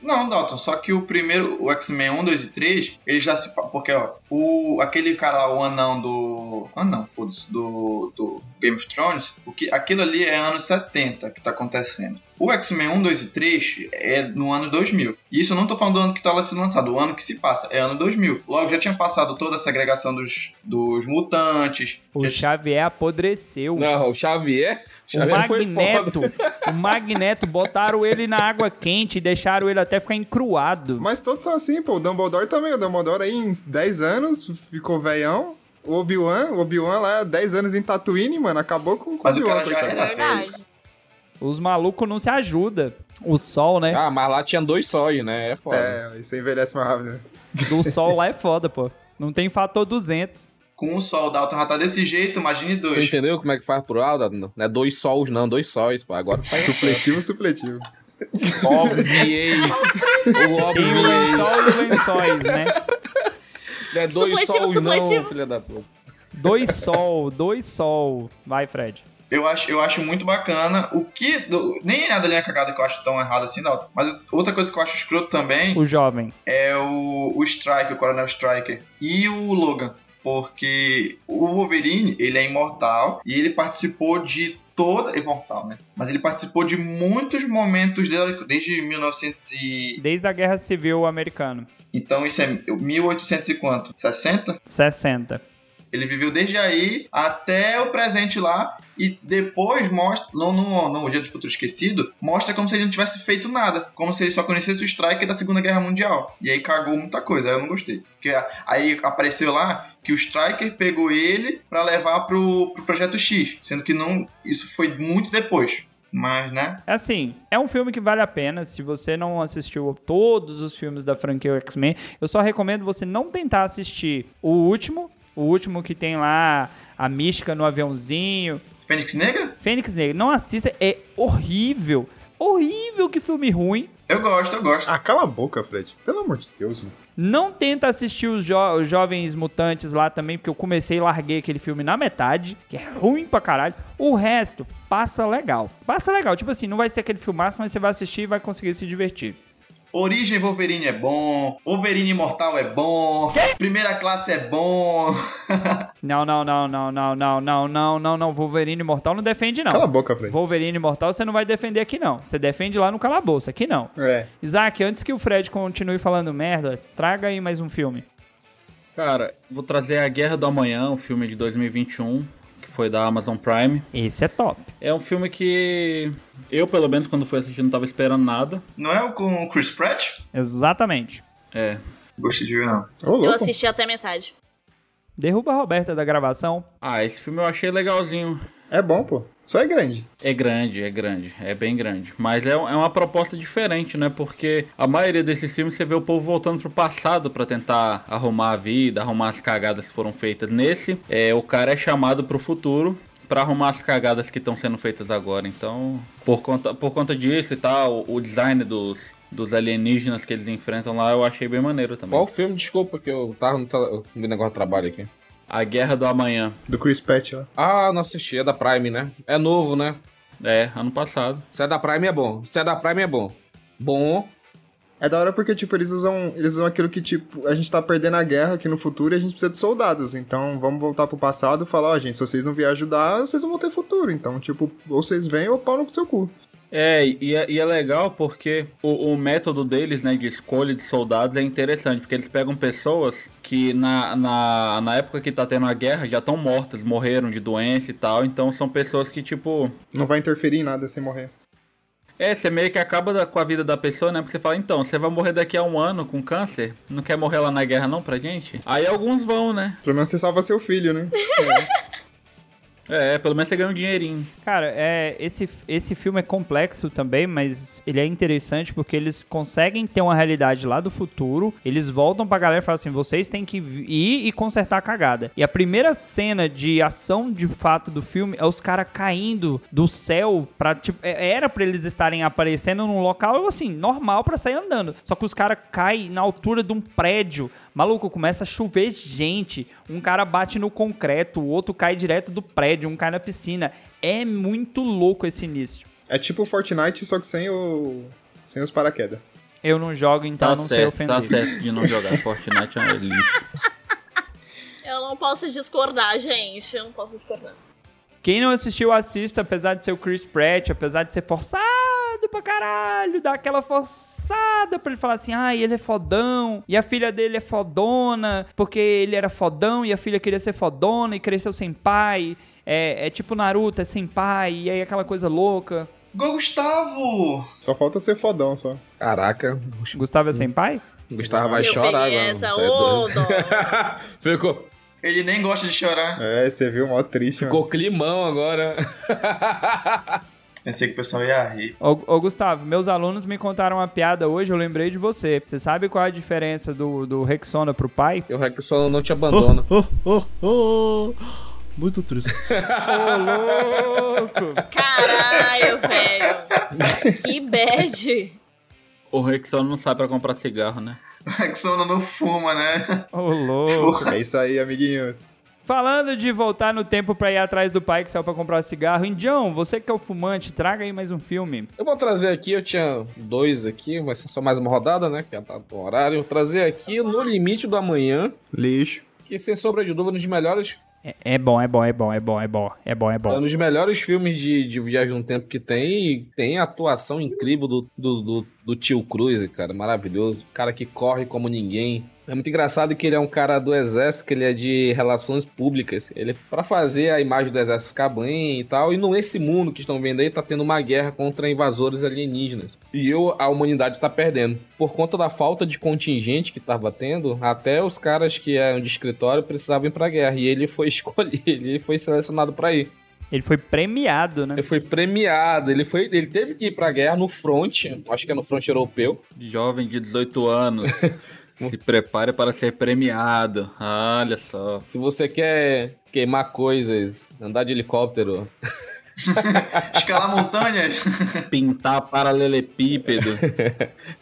F: Não, Dalton, só que o primeiro, o X-Men 1, 2 e 3, ele já se. fa- Porque, ó, o, aquele cara lá, o anão do. Anão, foda-se, do, do Game of Thrones, o que, aquilo ali é anos 70 que tá acontecendo. O X-Men 1, 2 e 3 é no ano 2000. E isso eu não tô falando do ano que tá lá sendo lançado, o ano que se passa, é ano 2000. Logo, já tinha passado toda a segregação dos, dos mutantes.
B: O
F: já
B: Xavier apodreceu.
D: Não, o Xavier.
B: O
D: Xavier foi foda.
B: Magneto, o Magneto, botaram ele na água quente e deixaram ele até ficar encruado.
E: Mas todos são assim, pô. O Dumbledore também. O Dumbledore aí em 10 anos ficou velhão. O Obi-Wan, o Obi-Wan lá 10 anos em Tatooine, mano. Acabou com, com
F: Mas o
E: Obi-Wan,
F: cara já
E: coitado.
F: era velho.
C: É Verdade.
B: Os malucos não se ajudam. O sol, né?
D: Ah, mas lá tinha dois sóis, né? É foda.
E: É, isso envelhece mais rápido. né?
B: O sol lá é foda, pô. Não tem fator 200.
F: Com o sol, o Dalton já tá desse jeito, imagine
D: Tu
F: dois.
D: entendeu como é que faz plural? Dalton? Não é dois sols, não, dois sóis, pô. Agora faz
E: Supletivo, supletivo.
D: obviez. O
B: Tem o
D: obviez.
B: lençol e lençóis, né?
D: Não é dois
C: Supletivo,
D: sols, não,
C: supletivo.
D: filha da puta.
B: Dois sol, dois sol. Vai, Fred.
F: Eu acho, eu acho muito bacana. O que. do- nem é nada linha cagada que eu acho tão errado assim, não. Mas outra coisa que eu acho escroto também
B: O jovem.
F: é o, o Striker, o Coronel Striker. E o Logan. Porque o Wolverine, ele é imortal e ele participou de toda. Imortal, né? Mas ele participou de muitos momentos desde, desde 1900 e.
B: Desde a Guerra Civil Americana.
F: Então isso é 1800 e quanto? 60?
B: 60.
F: Ele viveu desde aí até o presente lá. E depois mostra, no, no, no Dia do Futuro Esquecido, mostra como se ele não tivesse feito nada. Como se ele só conhecesse o Striker da Segunda Guerra Mundial. E aí cagou muita coisa, aí eu não gostei. Porque a- aí apareceu lá que o Striker pegou ele pra levar pro, pro Projeto X. Sendo que não isso foi muito depois. Mas, né?
B: É Assim, é um filme que vale a pena. Se você não assistiu todos os filmes da franquia X-Men, eu só recomendo você não tentar assistir o último. O último que tem lá a mística no aviãozinho.
F: Fênix Negra?
B: Fênix Negra. Não assista, é horrível. Horrível que filme ruim.
F: Eu gosto, eu gosto.
E: Ah, cala a boca, Fred. Pelo amor de Deus, mano.
B: Não tenta assistir os, jo- os Jovens Mutantes lá também, porque eu comecei e larguei aquele filme na metade, que é ruim pra caralho. O resto, passa legal. Passa legal. Tipo assim, não vai ser aquele filmaço, mas você vai assistir e vai conseguir se divertir.
F: Origem Wolverine é bom, Wolverine Imortal é bom, Primeira Classe é bom.
B: Não, não, não, não, não, não, não, não, não, não. Wolverine Imortal não defende, não.
E: Cala a boca, Fred.
B: Wolverine Imortal você não vai defender aqui, não. Você defende lá no calabouço, aqui não.
E: É.
B: Isaac, antes que o Fred continue falando merda, traga aí mais um filme.
G: Cara, vou trazer A Guerra do Amanhã, um filme de 2021, que foi da Amazon Prime.
B: Esse é top.
G: É um filme que eu, pelo menos, quando fui assistir, não tava esperando nada.
F: Não é o com o Chris Pratt?
B: Exatamente.
G: É.
F: Gostei de ver, não.
E: Ô,
C: Eu
E: louco.
C: assisti até metade.
B: Derruba a Roberta da gravação.
G: Ah, esse filme eu achei legalzinho.
E: É bom, pô. Só é grande.
G: É grande, é grande, é bem grande. Mas é, um- é uma proposta diferente, né? Porque a maioria desses filmes você vê o povo voltando pro passado pra tentar arrumar a vida, arrumar as cagadas que foram feitas. Nesse, é, o cara é chamado pro futuro pra arrumar as cagadas que estão sendo feitas agora. Então, por conta, por conta disso e tal, o, o design dos, dos alienígenas que eles enfrentam lá eu achei bem maneiro também.
D: Qual o filme? Desculpa, que eu tava no, tele- no negócio de trabalho aqui.
G: A Guerra do Amanhã.
E: Do Chris Pratt, ó.
D: Ah, não assisti, é da Prime, né? É novo, né?
G: É, ano passado.
D: Se é da Prime é bom. Se é da Prime é bom. Bom.
E: É da hora porque, tipo, eles usam, eles usam aquilo que, tipo, a gente tá perdendo a guerra aqui no futuro e a gente precisa de soldados. Então, vamos voltar pro passado e falar, ó, gente, se vocês não vier ajudar, vocês não vão ter futuro. Então, tipo, ou vocês vêm ou pau no seu cu.
G: É, e é, e é legal porque o, o método deles, né, de escolha de soldados é interessante, porque eles pegam pessoas que na, na, na época que tá tendo a guerra já estão mortas, morreram de doença e tal, então são pessoas que, tipo,
E: Não vai interferir em nada sem morrer.
G: é, você meio que acaba da- com a vida da pessoa, né? Porque você fala, então, você vai morrer daqui a um ano com câncer? Não quer morrer lá na guerra não pra gente? Aí alguns vão, né?
E: Pelo menos você salva seu filho, né?
G: É, pelo menos você ganha um dinheirinho.
B: Cara, é, esse, esse filme é complexo também, mas ele é interessante porque eles conseguem ter uma realidade lá do futuro. Eles voltam pra galera e falam assim: vocês têm que vi- ir e consertar a cagada. E a primeira cena de ação de fato do filme é os caras caindo do céu pra, tipo, é- era pra eles estarem aparecendo num local, assim, normal pra sair andando. Só que os caras caem na altura de um prédio. Maluco, começa a chover gente. Um cara bate no concreto, o outro cai direto do prédio, um cai na piscina. É muito louco esse início.
E: É tipo Fortnite, só que sem o. sem os paraquedas.
B: Eu não jogo, então
G: tá
B: eu não sei
G: certo,
B: ofender.
G: tá certo de não jogar Fortnite, é lixo.
C: Eu não posso discordar, gente. Eu não posso discordar.
B: Quem não assistiu, assista, apesar de ser o Chris Pratt, apesar de ser forçado pra caralho, dá aquela forçada pra ele falar assim, ai, ele é fodão, e a filha dele é fodona, porque ele era fodão e a filha queria ser fodona e cresceu sem pai, é, é tipo Naruto, é sem pai, e aí aquela coisa louca.
F: Gol Gustavo!
E: Só falta ser fodão, só.
D: Caraca,
B: Gustavo é sem pai?
D: o Gustavo vai
C: eu
D: chorar,
C: peguei
D: mano.
C: é essa,
D: Tá doido.
C: ô, dó.
D: Ficou,
F: Ele nem gosta de chorar.
E: É, você viu, mó triste, mano.
D: ficou climão agora.
F: Pensei que o pessoal ia rir.
B: Ô, ô, Gustavo, meus alunos me contaram uma piada hoje, eu lembrei de você. Você sabe qual é a diferença do, do Rexona pro pai?
D: Eu é que só não te abandono.
I: Muito triste.
B: Louco!
C: Caralho, velho. Que bad.
G: O Rexona não sai pra comprar cigarro, né?
F: Rexona É não fuma, né?
B: Ô, louco!
E: É isso aí, amiguinhos.
B: Falando de voltar no tempo pra ir atrás do pai que saiu pra comprar cigarro, Indião, você que é o fumante, traga aí mais um filme.
D: Eu vou trazer aqui, eu tinha dois aqui, vai ser só mais uma rodada, né? Que já tá no horário. Eu Vou trazer aqui No Limite do Amanhã,
E: Lixo.
D: que sem sombra de dúvida, um dos melhores,
B: É, é bom, é bom, é bom, é bom, é bom, é bom, é
D: um
B: bom.
D: dos melhores filmes de, de viagem no tempo que tem. E tem a atuação incrível do, do, do, do tio Cruz, cara, maravilhoso. Cara que corre como ninguém. É muito engraçado que ele é um cara do exército, que ele é de relações públicas. Ele para fazer a imagem do exército ficar bem e tal. E não esse mundo que estão vendo aí tá tendo uma guerra contra invasores alienígenas. E eu, a humanidade tá perdendo. Por conta da falta de contingente que tava tendo, até os caras que eram de escritório precisavam ir pra guerra. E ele foi escolhido, ele foi selecionado pra ir.
B: Ele foi premiado, né?
D: Ele foi premiado, ele foi, ele teve que ir pra guerra no front, acho que é no front europeu.
G: Jovem de 18 anos, se prepare para ser premiado. Olha só.
D: Se você quer queimar coisas, andar de helicóptero,
F: Escalar montanhas?
G: Pintar paralelepípedo.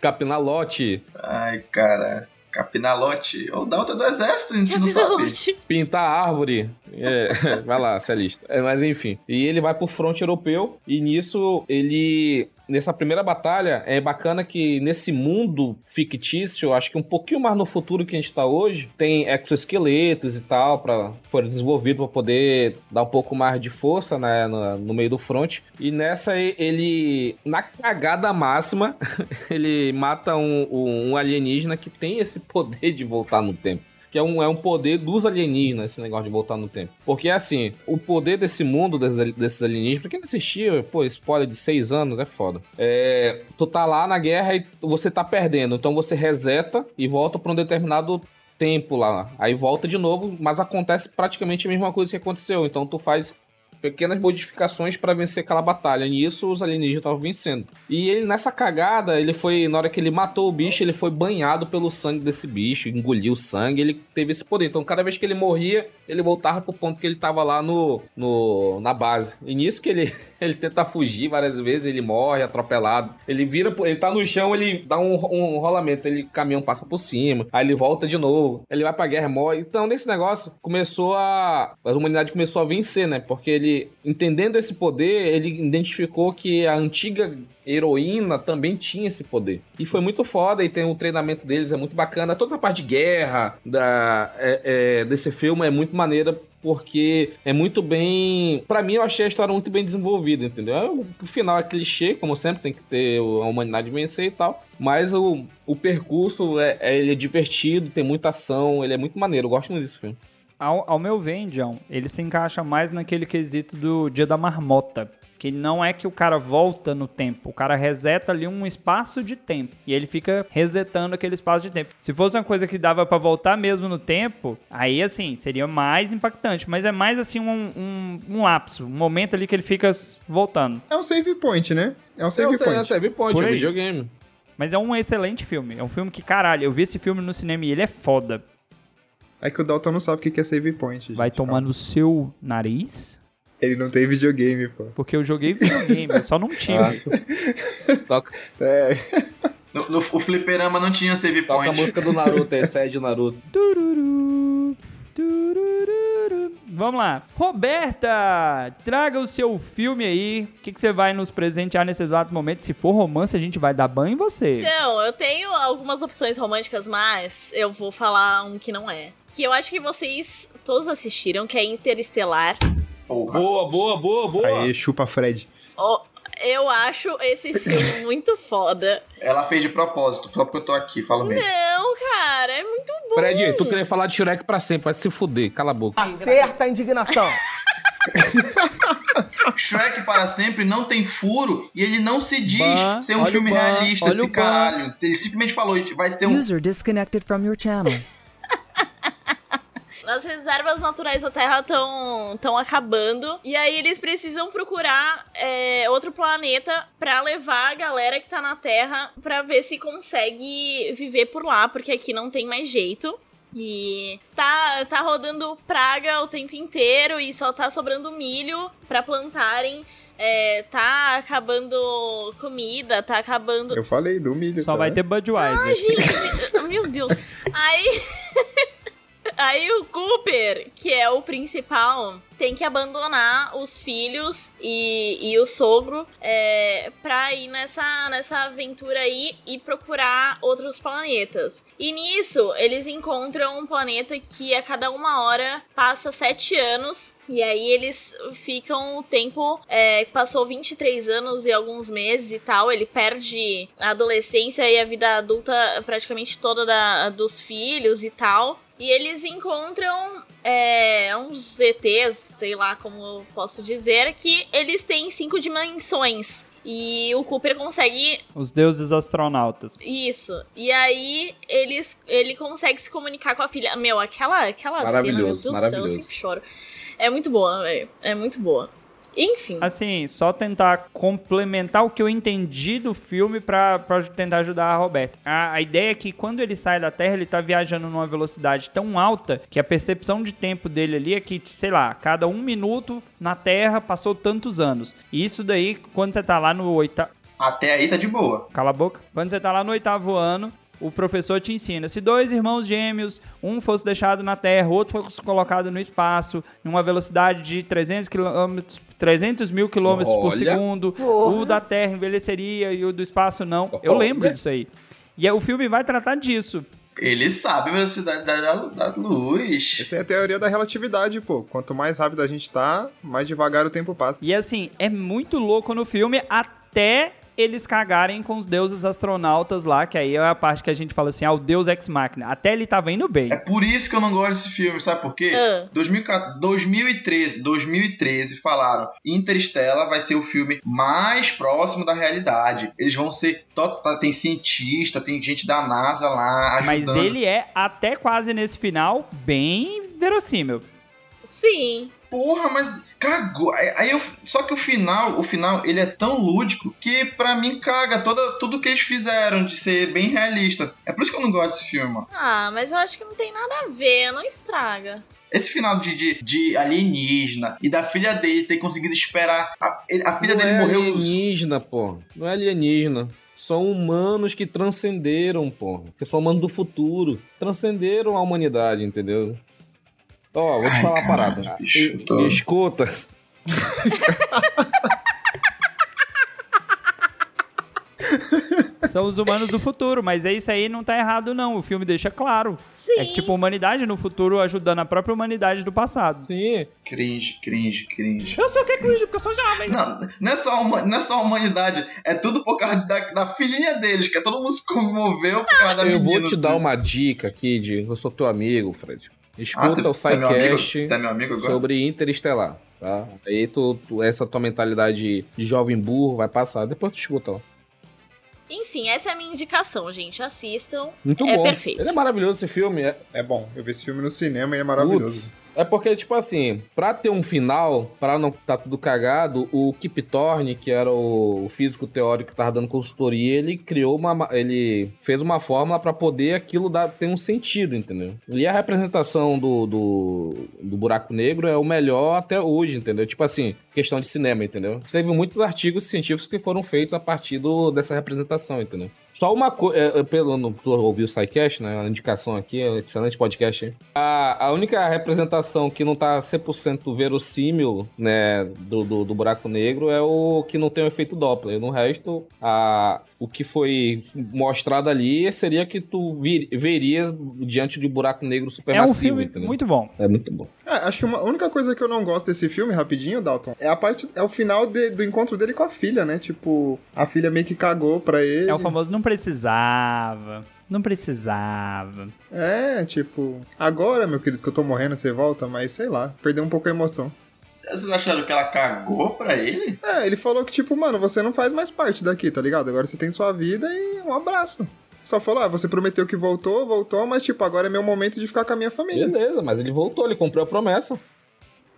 D: Capinar lote,
F: Ai, cara. Capinalote. Ou da outra do exército, a gente não sabe.
D: pintar árvore. É, vai lá, se alista. É, mas enfim. E ele vai pro fronte europeu e nisso ele. Nessa primeira batalha, é bacana que nesse mundo fictício, acho que um pouquinho mais no futuro que a gente tá hoje, tem exoesqueletos e tal, para foram desenvolvidos para poder dar um pouco mais de força né, no, no meio do fronte. E nessa aí, ele, na cagada máxima, ele mata um- um- um alienígena que tem esse poder de voltar no tempo. Que é um, é um poder dos alienígenas, esse negócio de voltar no tempo. Porque, assim, o poder desse mundo, desses, ali- desses alienígenas, pra quem não assistiu, pô, spoiler de seis anos, é foda. É, tu tá lá na guerra e você tá perdendo. Então você reseta e volta pra um determinado tempo lá. Aí volta de novo, mas acontece praticamente a mesma coisa que aconteceu. Então tu faz pequenas modificações pra vencer aquela batalha. E isso os alienígenas estavam vencendo. E ele, nessa cagada, ele foi. Na hora que ele matou o bicho, ele foi banhado pelo sangue desse bicho, engoliu o sangue, ele teve esse poder. Então, cada vez que ele morria, ele voltava pro ponto que ele tava lá no, no na base. E nisso que ele, ele tenta fugir várias vezes, ele morre atropelado. Ele vira, pro- ele tá no chão, ele dá um, um rolamento, ele o caminhão passa por cima, aí ele volta de novo, ele vai pra guerra, e morre. Então, nesse negócio, começou a. A humanidade começou a vencer, né? Porque ele, entendendo esse poder, ele identificou que a antiga heroína também tinha esse poder. E foi muito foda, e tem o treinamento deles, é muito bacana. Toda essa parte de guerra da, é- é, desse filme é muito maneira. Porque é muito bem. Pra mim, eu achei a história muito bem desenvolvida, entendeu? É, O o final é clichê, como sempre, tem que ter o- a humanidade vencer e tal. Mas o, o percurso é, é- ele é divertido, tem muita ação, ele é muito maneiro. Eu gosto muito desse filme.
B: Ao, ao meu ver, hein, John, ele se encaixa mais naquele quesito do dia da marmota. Que não é que o cara volta no tempo, o cara reseta ali um espaço de tempo. E ele fica resetando aquele espaço de tempo. Se fosse uma coisa que dava pra voltar mesmo no tempo, aí assim, seria mais impactante. Mas é mais assim um, um, um lapso, um momento ali que ele fica voltando.
E: É um save point, né? É um save
D: Eu sei,
E: point.
D: eu sei, é point,
B: Por
D: é
B: aí.
D: videogame.
B: Mas é um excelente filme. É um filme que, caralho, eu vi esse filme no cinema e ele é foda.
E: É que o Dalton não sabe o que que é save point.
B: Vai
E: gente, calma.
B: tomar no seu nariz?
E: Ele não tem videogame, pô.
B: Porque eu joguei videogame, eu só não tive.
D: Toca,
E: É,
F: No, no- o fliperama não tinha save
D: toca a
F: point.
D: música do Naruto, é série de Naruto.
B: Tururu, turururu. Vamos lá. Roberta, traga o seu filme aí. O que, que você vai nos presentear nesse exato momento? Se for romance, a gente vai dar banho em você.
C: Então, eu tenho algumas opções românticas, mas eu vou falar um que não é. Que eu acho que vocês todos assistiram, que é Interestelar.
F: Porra.
D: Boa, boa, boa, boa.
E: aí, chupa Fred.
C: Ó, eu acho esse filme muito foda.
F: Ela fez de propósito, só porque eu tô aqui, fala mesmo.
C: Não, cara, é muito bom.
D: Fred, tu queria falar de Shrek pra sempre, vai se fuder, cala a boca.
H: Acerta a indignação.
F: Shrek para sempre não tem furo e ele não se diz
B: Bah,
F: ser um
B: olha o
F: filme
B: bah,
F: realista,
B: olha
F: esse
B: o bah.
F: caralho. Ele simplesmente falou, vai ser um.
I: User disconnected from your channel.
C: As reservas naturais da Terra estão tão acabando. E aí eles precisam procurar é, outro planeta pra levar a galera que tá na Terra pra ver se consegue viver por lá, porque aqui não tem mais jeito. E tá, tá rodando praga o tempo inteiro e só tá sobrando milho pra plantarem. É, tá acabando comida, tá acabando.
E: Eu falei do milho.
B: Só
E: tá?
B: vai ter Budweiser.
C: Gente, meu Deus. Aí. Aí o Cooper, que é o principal, tem que abandonar os filhos e, e o sogro é, pra ir nessa, nessa aventura aí e procurar outros planetas. E nisso, eles encontram um planeta que a cada uma hora passa sete anos. E aí eles ficam o tempo. É, passou 23 anos e alguns meses e tal. Ele perde a adolescência e a vida adulta praticamente toda da- dos filhos e tal. E eles encontram é, uns ETs, sei lá como eu posso dizer, que eles têm cinco dimensões. E o Cooper consegue
B: Os deuses astronautas.
C: isso. E aí eles, ele consegue se comunicar com a filha. Meu, aquela, aquela cena, meu
D: Maravilhoso,
C: Deus do céu, eu
D: maravilhoso.
C: sempre choro. É muito boa, velho. É muito boa. Enfim.
B: Assim, só tentar complementar o que eu entendi do filme pra, pra tentar ajudar a Roberta. A, a ideia é que quando ele sai da Terra, ele tá viajando numa velocidade tão alta que a percepção de tempo dele ali é que, sei lá, cada um minuto na Terra passou tantos anos. E isso daí, quando você tá lá no oitavo.
F: Até aí tá de boa.
B: Cala a boca. Quando você tá lá no oitavo ano, o professor te ensina. Se dois irmãos gêmeos, um fosse deixado na Terra, o outro fosse colocado no espaço, em uma velocidade de 300 quilômetros. 300 mil quilômetros por
D: Olha.
B: segundo, o da Terra envelheceria e o do espaço não. Eu
D: Olha.
B: lembro disso aí. E aí o filme vai tratar disso.
F: Ele sabe a velocidade da, da- da luz.
E: Essa é a teoria da relatividade, pô. Quanto mais rápido a gente tá, mais devagar o tempo passa.
B: E assim, é muito louco no filme até eles cagarem com os deuses astronautas lá, que aí é a parte que a gente fala assim, ah, o deus ex-máquina. Até ele tava indo bem.
F: É por isso que eu não gosto desse filme, sabe por quê?
C: Ah.
F: 2014 2013, 2013 falaram, Interstellar vai ser o filme mais próximo da realidade. Eles vão ser to- tá- tem cientista, tem gente da NASA lá
B: Mas
F: ajudando.
B: ele é, até quase nesse final, bem verossímil.
C: Sim.
F: Porra, mas cagou. Aí aí eu, só que o final, o final, ele é tão lúdico que pra mim caga toda, tudo que eles fizeram de ser bem realista. É por isso que eu não gosto desse filme, mano.
C: Ah, mas eu acho que não tem nada a ver, não estraga.
F: Esse final de, de, de alienígena e da filha dele ter conseguido esperar. A, ele- a filha
D: não
F: dele
D: é
F: morreu.
D: alienígena, pô. Não é alienígena. São humanos que transcenderam, pô. Que são humanos do futuro. Transcenderam a humanidade, entendeu? Ó, vou te
F: Ai,
D: falar uma
F: caralho,
D: parada.
F: bicho,
D: E-
F: eu tô-
D: e Escuta.
B: São os humanos do futuro, mas é isso aí não tá errado, não. O filme deixa claro.
C: Sim.
B: É que, tipo, a humanidade no futuro ajudando a própria humanidade do passado.
D: Sim.
F: Cringe, cringe, cringe.
B: Eu sei o que é cringe, porque eu sou jovem.
F: Não, não é, só a, huma- não é só a humanidade, é tudo por causa da, da filhinha deles, que é todo mundo se comoveu por causa da
D: Eu
F: menina.
D: vou te dar
F: assim.
D: uma dica aqui, de eu sou teu amigo, Fred.
F: Ah,
D: Escuta
F: tu,
D: o
F: tu é meu amigo?
D: Psycast.
F: Tu é meu amigo agora?
D: sobre Interestelar, tá? Aí tu, tu- essa tua mentalidade de jovem burro vai passar, depois tu escuta, ó.
C: Enfim, essa é a minha indicação, gente. Assistam.
D: Muito
C: É
D: bom.
C: perfeito.
D: Ele é maravilhoso esse filme, é,
E: É bom, eu vi esse filme no cinema e é maravilhoso.
D: Putz, é porque, tipo assim, pra ter um final, pra não tá tudo cagado, o Kip Thorne, que era o físico teórico que tava dando consultoria, ele criou uma. ma- Ele fez uma fórmula pra poder aquilo dar, ter um sentido, entendeu? E a representação do, do, do buraco negro é o melhor até hoje, entendeu? Tipo assim, questão de cinema, entendeu? Teve muitos artigos científicos que foram feitos a partir do- dessa representação, entendeu? Só uma coisa, pelo no- tu ouviu o SciCast, né? A indicação aqui, é um excelente podcast, hein? A, a única representação que não tá 100% verossímil, né, do, do, do buraco negro é o que não tem o efeito Doppler. No resto, a, o que foi mostrado ali seria que tu vir- veria diante de um buraco negro
B: É um
D: supermassivo,
B: filme
D: entendeu?
B: muito bom.
D: É muito bom.
E: É, acho que uma, a única coisa que eu não gosto desse filme, rapidinho, Dalton, é a parte. É o final de- do encontro dele com a filha, né? Tipo, a filha meio que cagou pra ele.
B: É o famoso não precisava. Não precisava.
E: É, tipo, agora, meu querido, que eu tô morrendo, você volta, mas sei lá, perdeu um pouco a emoção.
F: Vocês acharam que ela cagou pra ele?
E: É, ele falou que, tipo, mano, você não faz mais parte daqui, tá ligado? Agora você tem sua vida e um abraço. Só falou, ah, você prometeu que voltou, voltou, mas, tipo, agora é meu momento de ficar com a minha família.
D: Beleza, mas ele voltou, ele cumpriu a promessa.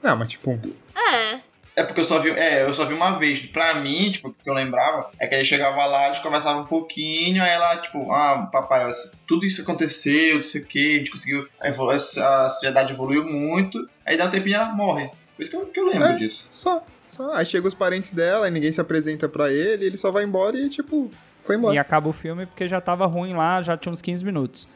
E: Ah, mas, tipo,
C: É.
F: É porque eu só vi, é, eu só vi uma vez. Pra mim, tipo, o que eu lembrava é que ele chegava lá, eles conversavam um pouquinho, aí ela, tipo, ah, papai, ó, tudo isso aconteceu, não sei o que, a gente conseguiu, a evolu- a sociedade evoluiu muito, aí dá um tempinho e ela morre. Por isso que eu, que eu lembro
E: É.
F: disso.
E: só, só. Aí chega os parentes dela e ninguém se apresenta pra ele, ele só vai embora e, tipo, foi embora.
B: E acaba o filme porque já tava ruim lá, já tinha uns 15 minutos.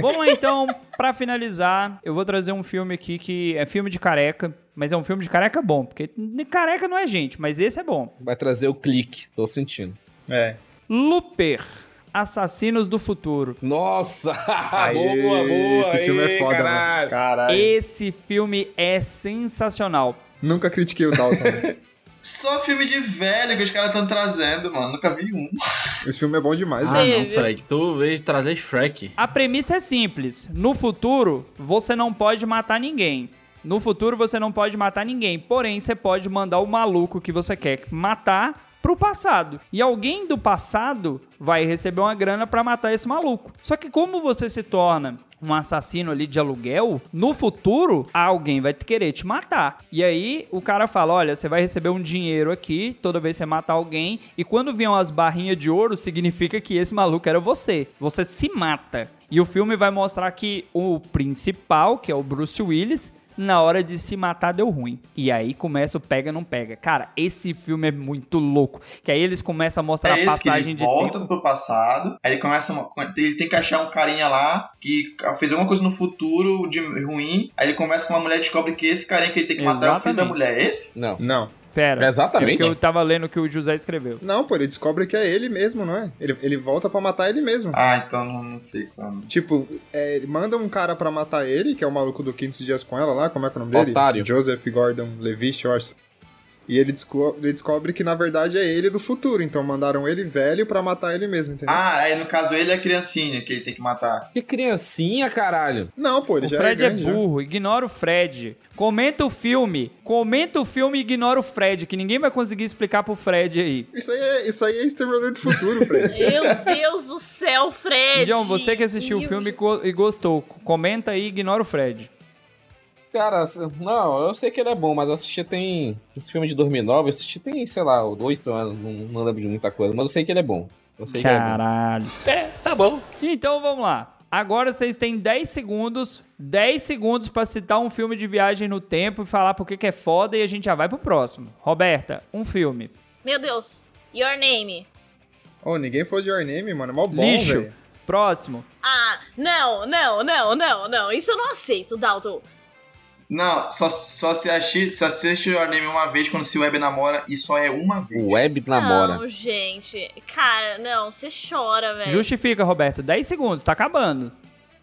B: Vamos lá então, pra finalizar, eu vou trazer um filme aqui que é filme de careca, mas é um filme de careca bom, porque careca não é gente, mas esse é bom.
D: Vai trazer o clique, tô sentindo.
E: É.
B: Looper, Assassinos do Futuro.
D: Nossa!
E: Aê,
D: Ah, boa, boa!
E: Esse filme
D: aê,
E: é foda,
D: caralho.
E: mano. Caralho.
B: Esse filme é sensacional.
E: Nunca critiquei o Dalton. né?
F: Só filme de velho que os caras estão trazendo, mano. Nunca vi um.
E: Esse filme é bom demais,
G: Ah,
E: né?
G: não,
C: viu?
G: Fred. Tu veio trazer Shrek.
B: A premissa é simples. No futuro, você não pode matar ninguém. No futuro, você não pode matar ninguém. Porém, você pode mandar o maluco que você quer matar pro passado. E alguém do passado vai receber uma grana pra matar esse maluco. Só que como você se torna um assassino ali de aluguel, no futuro alguém vai querer te matar. E aí o cara fala: olha, você vai receber um dinheiro aqui toda vez que você matar alguém, e quando vier umas barrinhas de ouro, significa que esse maluco era você. Você se mata. E o filme vai mostrar que o principal, que é o Bruce Willis, na hora de se matar deu ruim. E aí começa o pega não pega. Cara, esse filme é muito louco. Que aí eles começam a mostrar
F: É
B: a
F: isso que
B: passagem
F: ele
B: de
F: volta
B: tempo.
F: pro passado, aí ele começa. uma- Ele tem que achar um carinha lá que fez alguma coisa no futuro de ruim. Aí ele conversa com uma mulher e descobre que esse carinha que ele tem que matar é o filho da
B: Exatamente.
F: mulher. É esse?
D: Não.
E: Não.
B: Pera.
D: Exatamente.
B: Porque eu tava lendo o que o José escreveu.
E: Não, pô, ele descobre que é ele mesmo, não é? Ele, ele volta pra matar ele mesmo.
F: Ah, então não, não sei qual. é o nome.
E: Tipo, é, ele manda um cara pra matar ele, que é o maluco do 15 dias com ela lá, como é que é o nome dele?
D: Otário.
E: Joseph Gordon Levitt, eu acho. E ele, desco- ele descobre que na verdade é ele do futuro, então mandaram ele velho pra matar ele mesmo, entendeu?
F: Ah, aí no caso ele é a criancinha que ele tem que matar.
D: Que criancinha, caralho.
E: Não, pô, ele
B: O
E: já
B: Fred
E: é
B: é,
E: grande. já.
B: burro, ignora o Fred. Comenta o filme. Comenta o filme e ignora o Fred, que ninguém vai conseguir explicar pro Fred aí.
E: Isso aí é, isso aí é Exterminador do Futuro, Fred.
C: Meu Deus do céu, Fred!
B: John, você que assistiu o
C: Meu
B: filme e co- e gostou, comenta aí e ignora o Fred.
D: Cara, não, eu sei que ele é bom, mas eu assisti tem. Esse filme de 2009, eu assisti tem, sei lá, 8 anos, não, não lembro de muita coisa, mas eu sei que ele é bom. Eu sei que ele é bom.
B: Caralho.
H: É, tá bom.
B: Então vamos lá. Agora vocês têm 10 segundos, 10 segundos pra citar um filme de viagem no tempo e falar por que que é foda e a gente já vai pro próximo. Roberta, um filme.
C: Meu Deus. Your name.
E: Ô, ninguém falou de Your Name, mano, é mó bom,
B: Lixo.
E: velho.
B: Próximo.
C: Ah, não, não, não, não, não. Isso eu não aceito, Dalton.
F: Não, só, só se assiste, só se assiste o anime uma vez quando se web namora e só é uma vez.
D: O Web namora.
C: Não, gente. Cara, não, você chora, velho.
B: Justifica, Roberta. 10 segundos, tá acabando.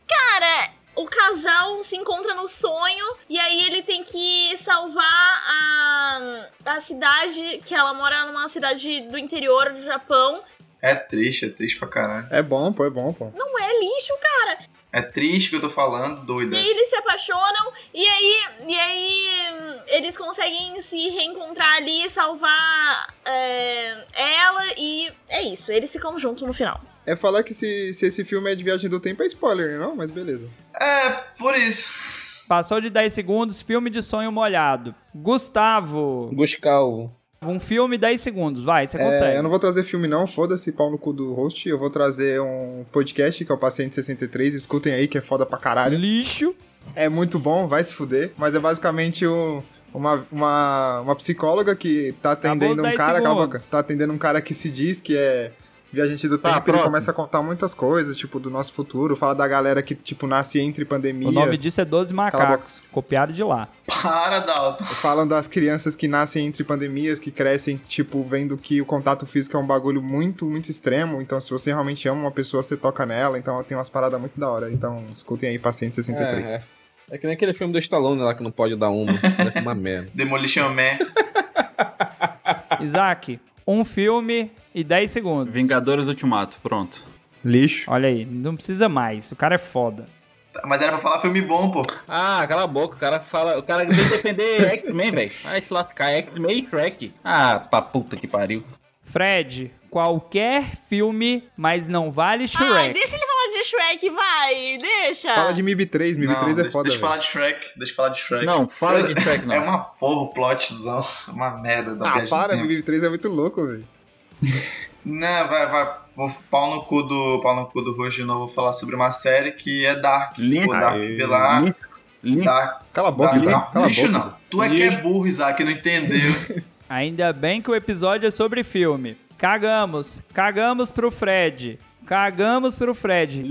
C: Cara, o casal se encontra no sonho e aí ele tem que salvar a, a cidade que ela mora numa cidade do interior do Japão.
F: É triste, é triste pra caralho.
E: É bom, pô, é bom, pô.
C: Não é lixo, cara.
F: É triste que eu tô falando, doida.
C: E aí eles se apaixonam e aí, e aí hum, eles conseguem se reencontrar ali, salvar é, ela e é isso. Eles ficam juntos no final.
E: É falar que se, se esse filme é de viagem do tempo é spoiler, né, não? Mas beleza.
F: É, por isso.
B: Passou de 10 segundos, filme de sonho molhado. Gustavo,
D: Guscal.
B: um filme 10 segundos, vai, você
E: É,
B: consegue.
E: eu não vou trazer filme não, foda-se, pau no cu do host. Eu vou trazer um podcast que é o Paciente 63, escutem aí que é foda pra caralho.
B: Lixo.
E: É muito bom, vai se fuder, mas é basicamente um- uma, uma, uma psicóloga que tá atendendo
B: Acabou os
E: um
B: 10
E: cara, cala a boca,
B: segundos.
E: tá atendendo um cara que se diz que é viajante do
D: Tá,
E: tempo, ele
D: próximo.
E: começa a contar muitas coisas, tipo, do nosso futuro, fala da galera que, tipo, nasce entre pandemias.
B: O nome disso é 12 Macacos, copiado de lá.
F: Para, Dalton.
E: Falam das crianças que nascem entre pandemias, que crescem, tipo, vendo que o contato físico é um bagulho muito, muito extremo. Então, se você realmente ama uma pessoa, você toca nela. Então, tem umas paradas muito da hora. Então, escutem aí, Paciente 63.
D: É, é. É que nem aquele filme do Stallone lá que não pode dar uma. Vai filmar merda.
F: Demolition Man.
B: Isaac, um filme e 10 segundos.
G: Vingadores Ultimato, pronto.
E: Lixo.
B: Olha aí, não precisa mais, o cara é foda.
F: Mas era pra falar filme bom, pô.
G: Ah, cala a boca, o cara fala. O cara vem defender X-Men, velho. Vai se lascar, X-Men e Shrek. Ah, pra puta que pariu.
B: Fred, qualquer filme, mas não vale
C: Ai,
B: Shrek.
C: deixa ele falar de Shrek, vai, deixa.
E: Fala de MIB 3. MIB
F: Não,
E: 3 é
F: deixa,
E: foda,
F: deixa eu falar
E: velho.
F: de Shrek. Deixa eu falar de Shrek.
G: Não, fala de Shrek,
F: É
G: não.
F: uma porra, o plotzão. é Uma merda da
E: Ah,
F: viagem do
E: para,
F: tempo.
E: MIB 3 é muito louco, velho.
F: Não, Né, vai, vai. Vou pau no cu do, pau no cu do Rojo de novo. Vou falar sobre uma série que é Dark.
G: Link,
F: Pô, Dark Velar.
G: link, link.
F: Dark.
E: Cala a boca,
F: Dark.
E: Isaac,
F: Dark.
E: Cala a
F: Lixo
E: boca.
F: não. Tu é que é burro, Isaac, não entendeu.
B: Ainda bem que o episódio é sobre filme. Cagamos, cagamos pro Fred. Cagamos pro Fred.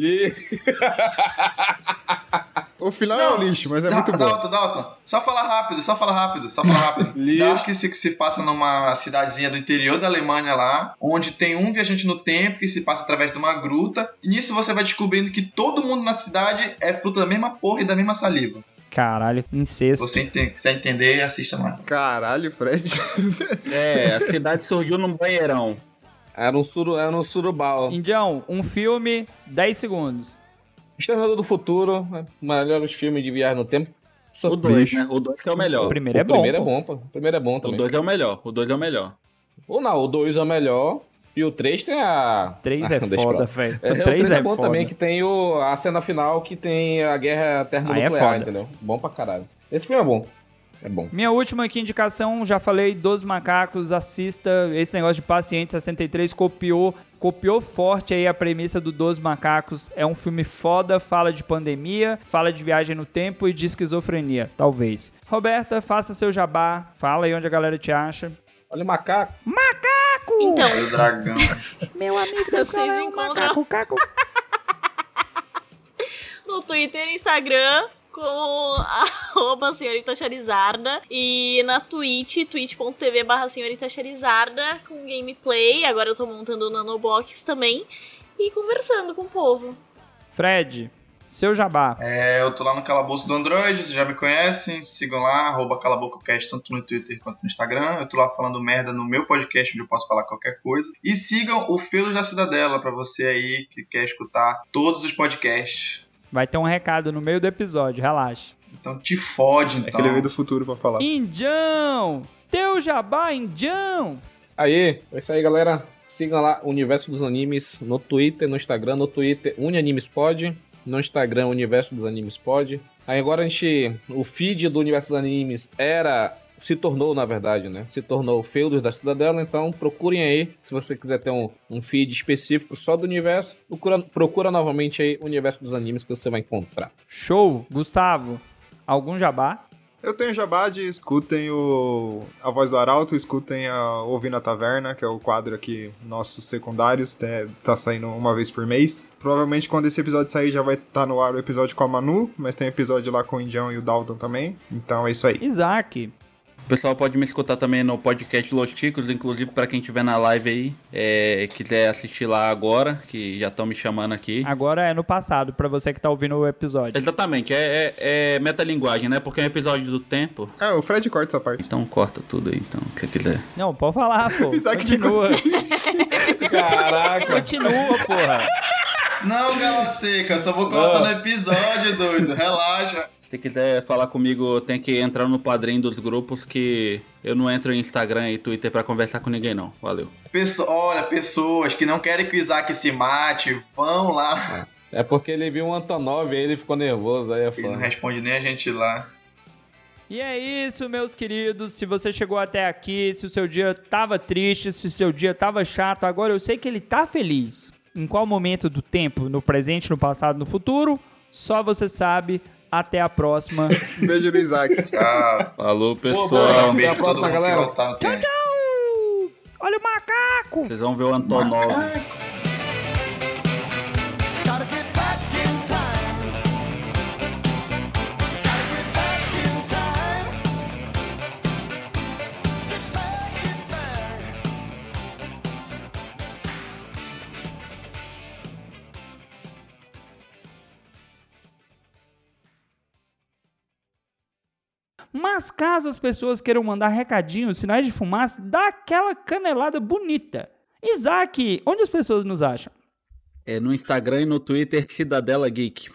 E: O final é um lixo, mas é
F: Da-
E: muito bom.
F: Dalton, Dalton, só falar rápido, só falar rápido, só falar rápido.
D: Lixo.
F: Dark se, se passa numa cidadezinha do interior da Alemanha lá, onde tem um viajante no tempo que se passa através de uma gruta. E nisso você vai descobrindo que todo mundo na cidade é fruto da mesma porra e da mesma saliva.
B: Caralho,
F: Se
B: incesto.
F: você ente- quiser entender, assista mais.
E: Caralho, Fred.
G: É, a cidade surgiu num banheirão.
D: Era um, suru, era um surubal.
B: Indião, um filme, 10 segundos.
D: Exterminador do Futuro, né? melhor filme de viagem no tempo. Só-
G: O 2, né? O 2 que é o melhor.
B: O primeiro é
D: O primeiro
B: bom.
D: é bom, pô. O primeiro é bom
G: O
D: também.
G: 2 é o melhor. O 2 é o melhor.
D: Ou não, o 2 é o melhor. E o 3 tem a.
B: 3 é
D: Ah, deixa pra
B: foda,
D: lá.
B: velho.
D: É, o
B: 3 é,
D: bom
B: foda. é
D: também, que tem o, a cena final que tem a guerra termonuclear,
B: foda.
D: entendeu? Bom pra caralho. Esse filme é bom. É bom.
B: Minha última aqui indicação, já falei, 12 macacos, assista. Esse negócio de paciente 63 copiou, copiou forte aí a premissa do 12 macacos. É um filme foda, fala de pandemia, fala de viagem no tempo e de esquizofrenia, talvez. Roberta, faça seu jabá, fala aí onde a galera te acha.
D: Olha o macaco.
C: Então,
F: Olha o dragão.
B: Meu amigo, tá
C: Vocês é um encontram-
B: caco.
C: no Twitter e Instagram com arroba senhorita Charizarda e na Twitch, twitch.tv barra senhorita Charizarda com gameplay, agora eu tô montando o nanobox também e conversando com o povo.
B: Fred, seu jabá.
F: É, eu tô lá no Calabouço do Android, vocês já me conhecem, sigam lá, arroba calabococast, tanto no Twitter quanto no Instagram. Eu tô lá falando merda no meu podcast, onde eu posso falar qualquer coisa. E sigam o Feudos da Cidadela, pra você aí que quer escutar todos os podcasts.
B: Vai ter um recado no meio do episódio, relaxa.
F: Então te fode,
E: É
F: então.
E: que ele veio do futuro pra falar.
B: Indião! Teu jabá, Indião!
D: Aê, é isso aí, galera. Sigam lá o Universo dos Animes no Twitter, no Instagram, no Twitter UniAnimesPod, no Instagram Universo dos Animes Pod. Aí agora a gente, o feed do Universo dos Animes era se tornou, na verdade, né? Se tornou o Feudos da Cidadela, então procurem aí, se você quiser ter um, um feed específico só do universo, procura, procura novamente aí o Universo dos Animes que você vai encontrar.
B: Show! Gustavo, algum jabá?
E: Eu tenho jabá de escutem o A Voz do Arauto, escutem a Ouvir na Taverna, que é o quadro aqui nossos secundários, né, tá saindo uma vez por mês. Provavelmente quando esse episódio sair já vai estar no ar o episódio com a Manu, mas tem episódio lá com o Indião e o Dalton também. Então é isso aí.
B: Isaac,
G: O pessoal pode me escutar também no podcast Los Chicos, inclusive pra quem tiver na live aí, é, quiser assistir lá agora, que já estão me chamando aqui.
B: agora é no passado, pra você que tá ouvindo o episódio.
G: Exatamente, é, é, é metalinguagem, né? Porque é um episódio do tempo.
E: É, o Fred corta essa parte.
G: Então corta tudo aí, então, se você quiser.
B: Não, pode falar, pô.
E: Isaac
B: Continua.
D: Caraca!
B: Continua, porra.
F: Não, Gala Seca, só vou cortar no episódio, doido. Relaxa.
G: Se você quiser falar comigo, tem que entrar no padrinho dos grupos que eu não entro em Instagram e Twitter pra conversar com ninguém, não. Valeu.
F: Pesso- Olha, pessoas que não querem que o Isaac se mate, vão lá.
D: É porque ele viu um Antonov aí, ele ficou nervoso, aí é
F: Ele não
D: foda.
F: responde nem a gente lá.
B: E é isso, meus queridos. Se você chegou até aqui, se o seu dia tava triste, se o seu dia tava chato, agora eu sei que ele tá feliz. Em qual momento do tempo? No presente, no passado, no futuro? Só você sabe. Até a próxima.
E: Um Beijo do Isaac.
F: Ah,
G: Falou,
F: dá
G: pessoal.
F: um
D: até a
F: beijo pra todo
D: próxima,
F: mundo
D: galera.
F: que voltar no tempo.
B: Olha o macaco!
G: Vocês vão ver o Antonov.
B: Mas caso as pessoas queiram mandar recadinhos, sinais de fumaça, dá aquela canelada bonita. Isaac, onde as pessoas nos acham?
G: É no Instagram e no Twitter, Cidadela Geek.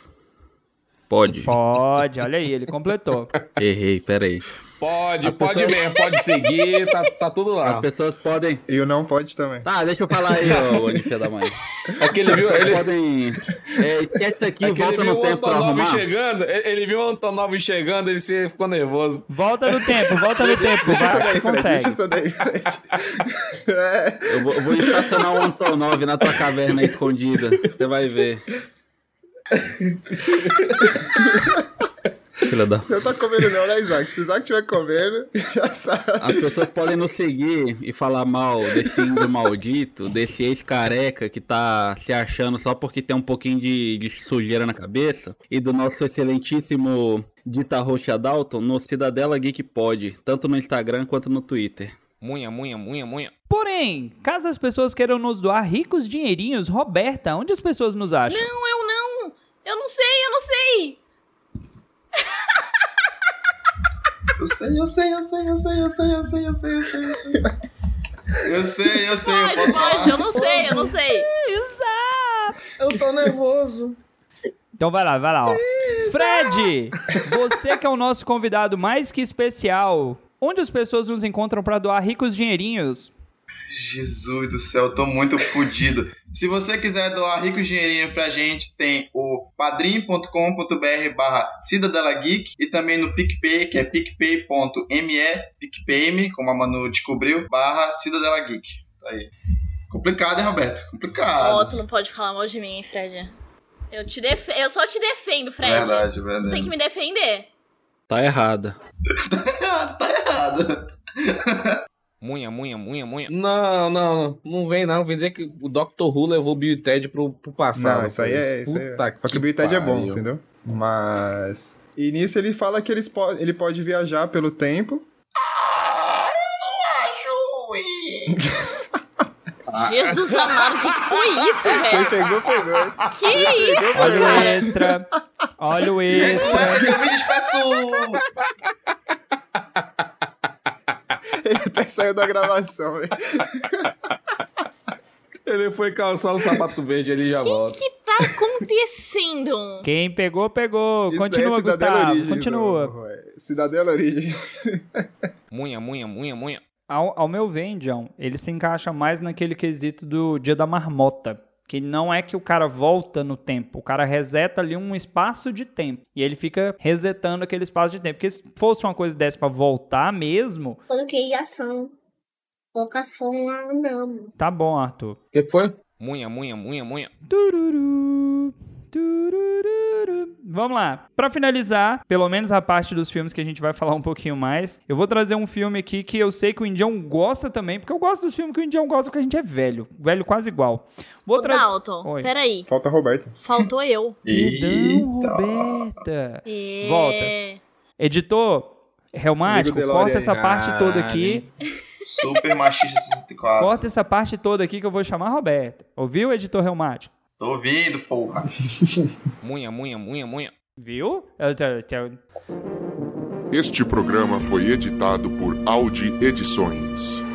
G: Pode.
B: Pode, olha aí, ele completou.
G: Errei, peraí.
D: Pode,
G: A
D: pode
G: pessoa-
D: mesmo, pode seguir, tá, tá tudo lá.
G: As pessoas podem.
E: E o não pode também.
G: Tá, deixa eu falar aí, ô ô, filha da mãe.
D: É que ele viu,
G: Vocês
D: ele,
G: podem. É, esquece isso aqui,
D: é que ele
G: volta
D: viu
G: no
D: o
G: tempo pra
D: Antonov
G: arrumar.
D: chegando, ele, ele viu o Antonov chegando, ele se ficou nervoso.
B: Volta no tempo, volta no tempo,
E: Deixa isso
B: vai,
E: daí,
B: você
E: Fred. Deixa
B: consegue.
E: isso daí, Fred. É.
G: Eu vou, eu vou estacionar o Antonov na tua caverna escondida. Você vai ver. Filha da.
E: Você não tá comendo não, né, Isaac? Se o Isaac estiver comendo, já sabe.
G: As pessoas podem nos seguir e falar mal desse índio maldito, desse ex-careca que tá se achando só porque tem um pouquinho de, de sujeira na cabeça, e do nosso excelentíssimo Dita Rocha Dalton no Cidadela Geek Pod, tanto no Instagram quanto no Twitter.
D: Munha, munha, munha, munha.
B: Porém, caso as pessoas queiram nos doar ricos dinheirinhos, Roberta, onde as pessoas nos acham?
C: Não, eu não! Eu não sei, eu não sei!
F: Eu sei, eu sei, eu sei, eu sei, eu sei, eu sei, eu sei, eu sei, eu sei. Eu sei, eu sei, eu
C: Pode,
F: posso
C: pode, eu
F: falar.
C: não sei, eu não sei!
D: Eu tô nervoso.
B: Então vai lá, vai lá, ó. Fred, você que é o nosso convidado mais que especial, onde as pessoas nos encontram pra doar ricos dinheirinhos?
F: Jesus do céu, eu tô muito fudido. Se você quiser doar rico dinheirinho pra gente, tem o padrim.com.br barra Cidadela Geek e também no PicPay, que é picpay.me, picpayme, como a Manu descobriu, barra Cidadela Geek. Tá aí. Complicado, hein, Roberto?
C: Ó,
F: Complicado.
C: tu não pode falar mal de mim, hein, Fred. Eu, te defe- eu só te defendo, Fred.
F: verdade,
C: Tu tem
F: verdade.
C: que me defender.
G: Tá errada.
F: tá errado.
I: Munha, munha, munha, munha.
D: Não, não, não, não vem não. Vem dizer que o Dr. Who levou o Bill e Ted pro, pro passado.
E: Não, isso aí é. Isso aí é.
D: Puta
E: Só que o Bill e Ted é bom,
D: pariu.
E: entendeu? Mas. E nisso ele fala que eles po- ele pode viajar pelo tempo.
C: Tá Jesus amado, o que que foi isso,
E: Quem
C: velho?
E: pegou, pegou. hein?
C: Que isso,
B: Olha o
C: cara?
B: extra. Olha o
F: E aí,
B: extra.
F: com essa que eu me despeço!
E: Ele até saiu da gravação, velho.
D: Ele foi calçar o sapato verde ele já
C: O
D: volta.
C: que tá acontecendo?
B: Quem pegou, pegou.
E: Isso daí é
B: Continua,
E: Cidadela
B: Gustavo.
E: Origins,
B: Continua.
E: não, ué. Cidadela Origem.
I: Munha, munha, munha, munha.
B: Ao, ao meu ver, John, ele se encaixa mais naquele quesito do dia da marmota. Que não é que o cara volta no tempo, o cara reseta ali um espaço de tempo. E ele fica resetando aquele espaço de tempo. Porque se fosse uma coisa dessa pra voltar mesmo,
K: Coloquei ação. Vocação a não.
B: tá bom, Arthur.
D: O que que foi?
I: Munha, munha, munha, munha.
B: Tururu, turururu. Vamos lá. Pra finalizar, pelo menos a parte dos filmes que a gente vai falar um pouquinho mais, eu vou trazer um filme aqui que eu sei que o Indião gosta também, porque eu gosto dos filmes que o Indião gosta, porque a gente é velho. Velho quase igual. Vou
C: Ô,
B: trazer.
C: Dalton,
B: Oi.
C: peraí.
E: Falta Roberto.
C: Faltou eu.
B: Perdão,
F: Eita.
B: Roberta.
C: É.
B: Volta. Editor, Helmático,
E: Amigo Delore
B: corta
E: aí.
B: essa parte toda aqui.
F: Super machista 64.
B: Corta essa parte toda aqui que eu vou chamar a Roberta. Ouviu, editor Helmático?
F: Tô ouvindo, porra.
I: Munha, munha, munha, munha.
B: Viu? Eu te- te-
A: Este programa foi editado por Audi Edições.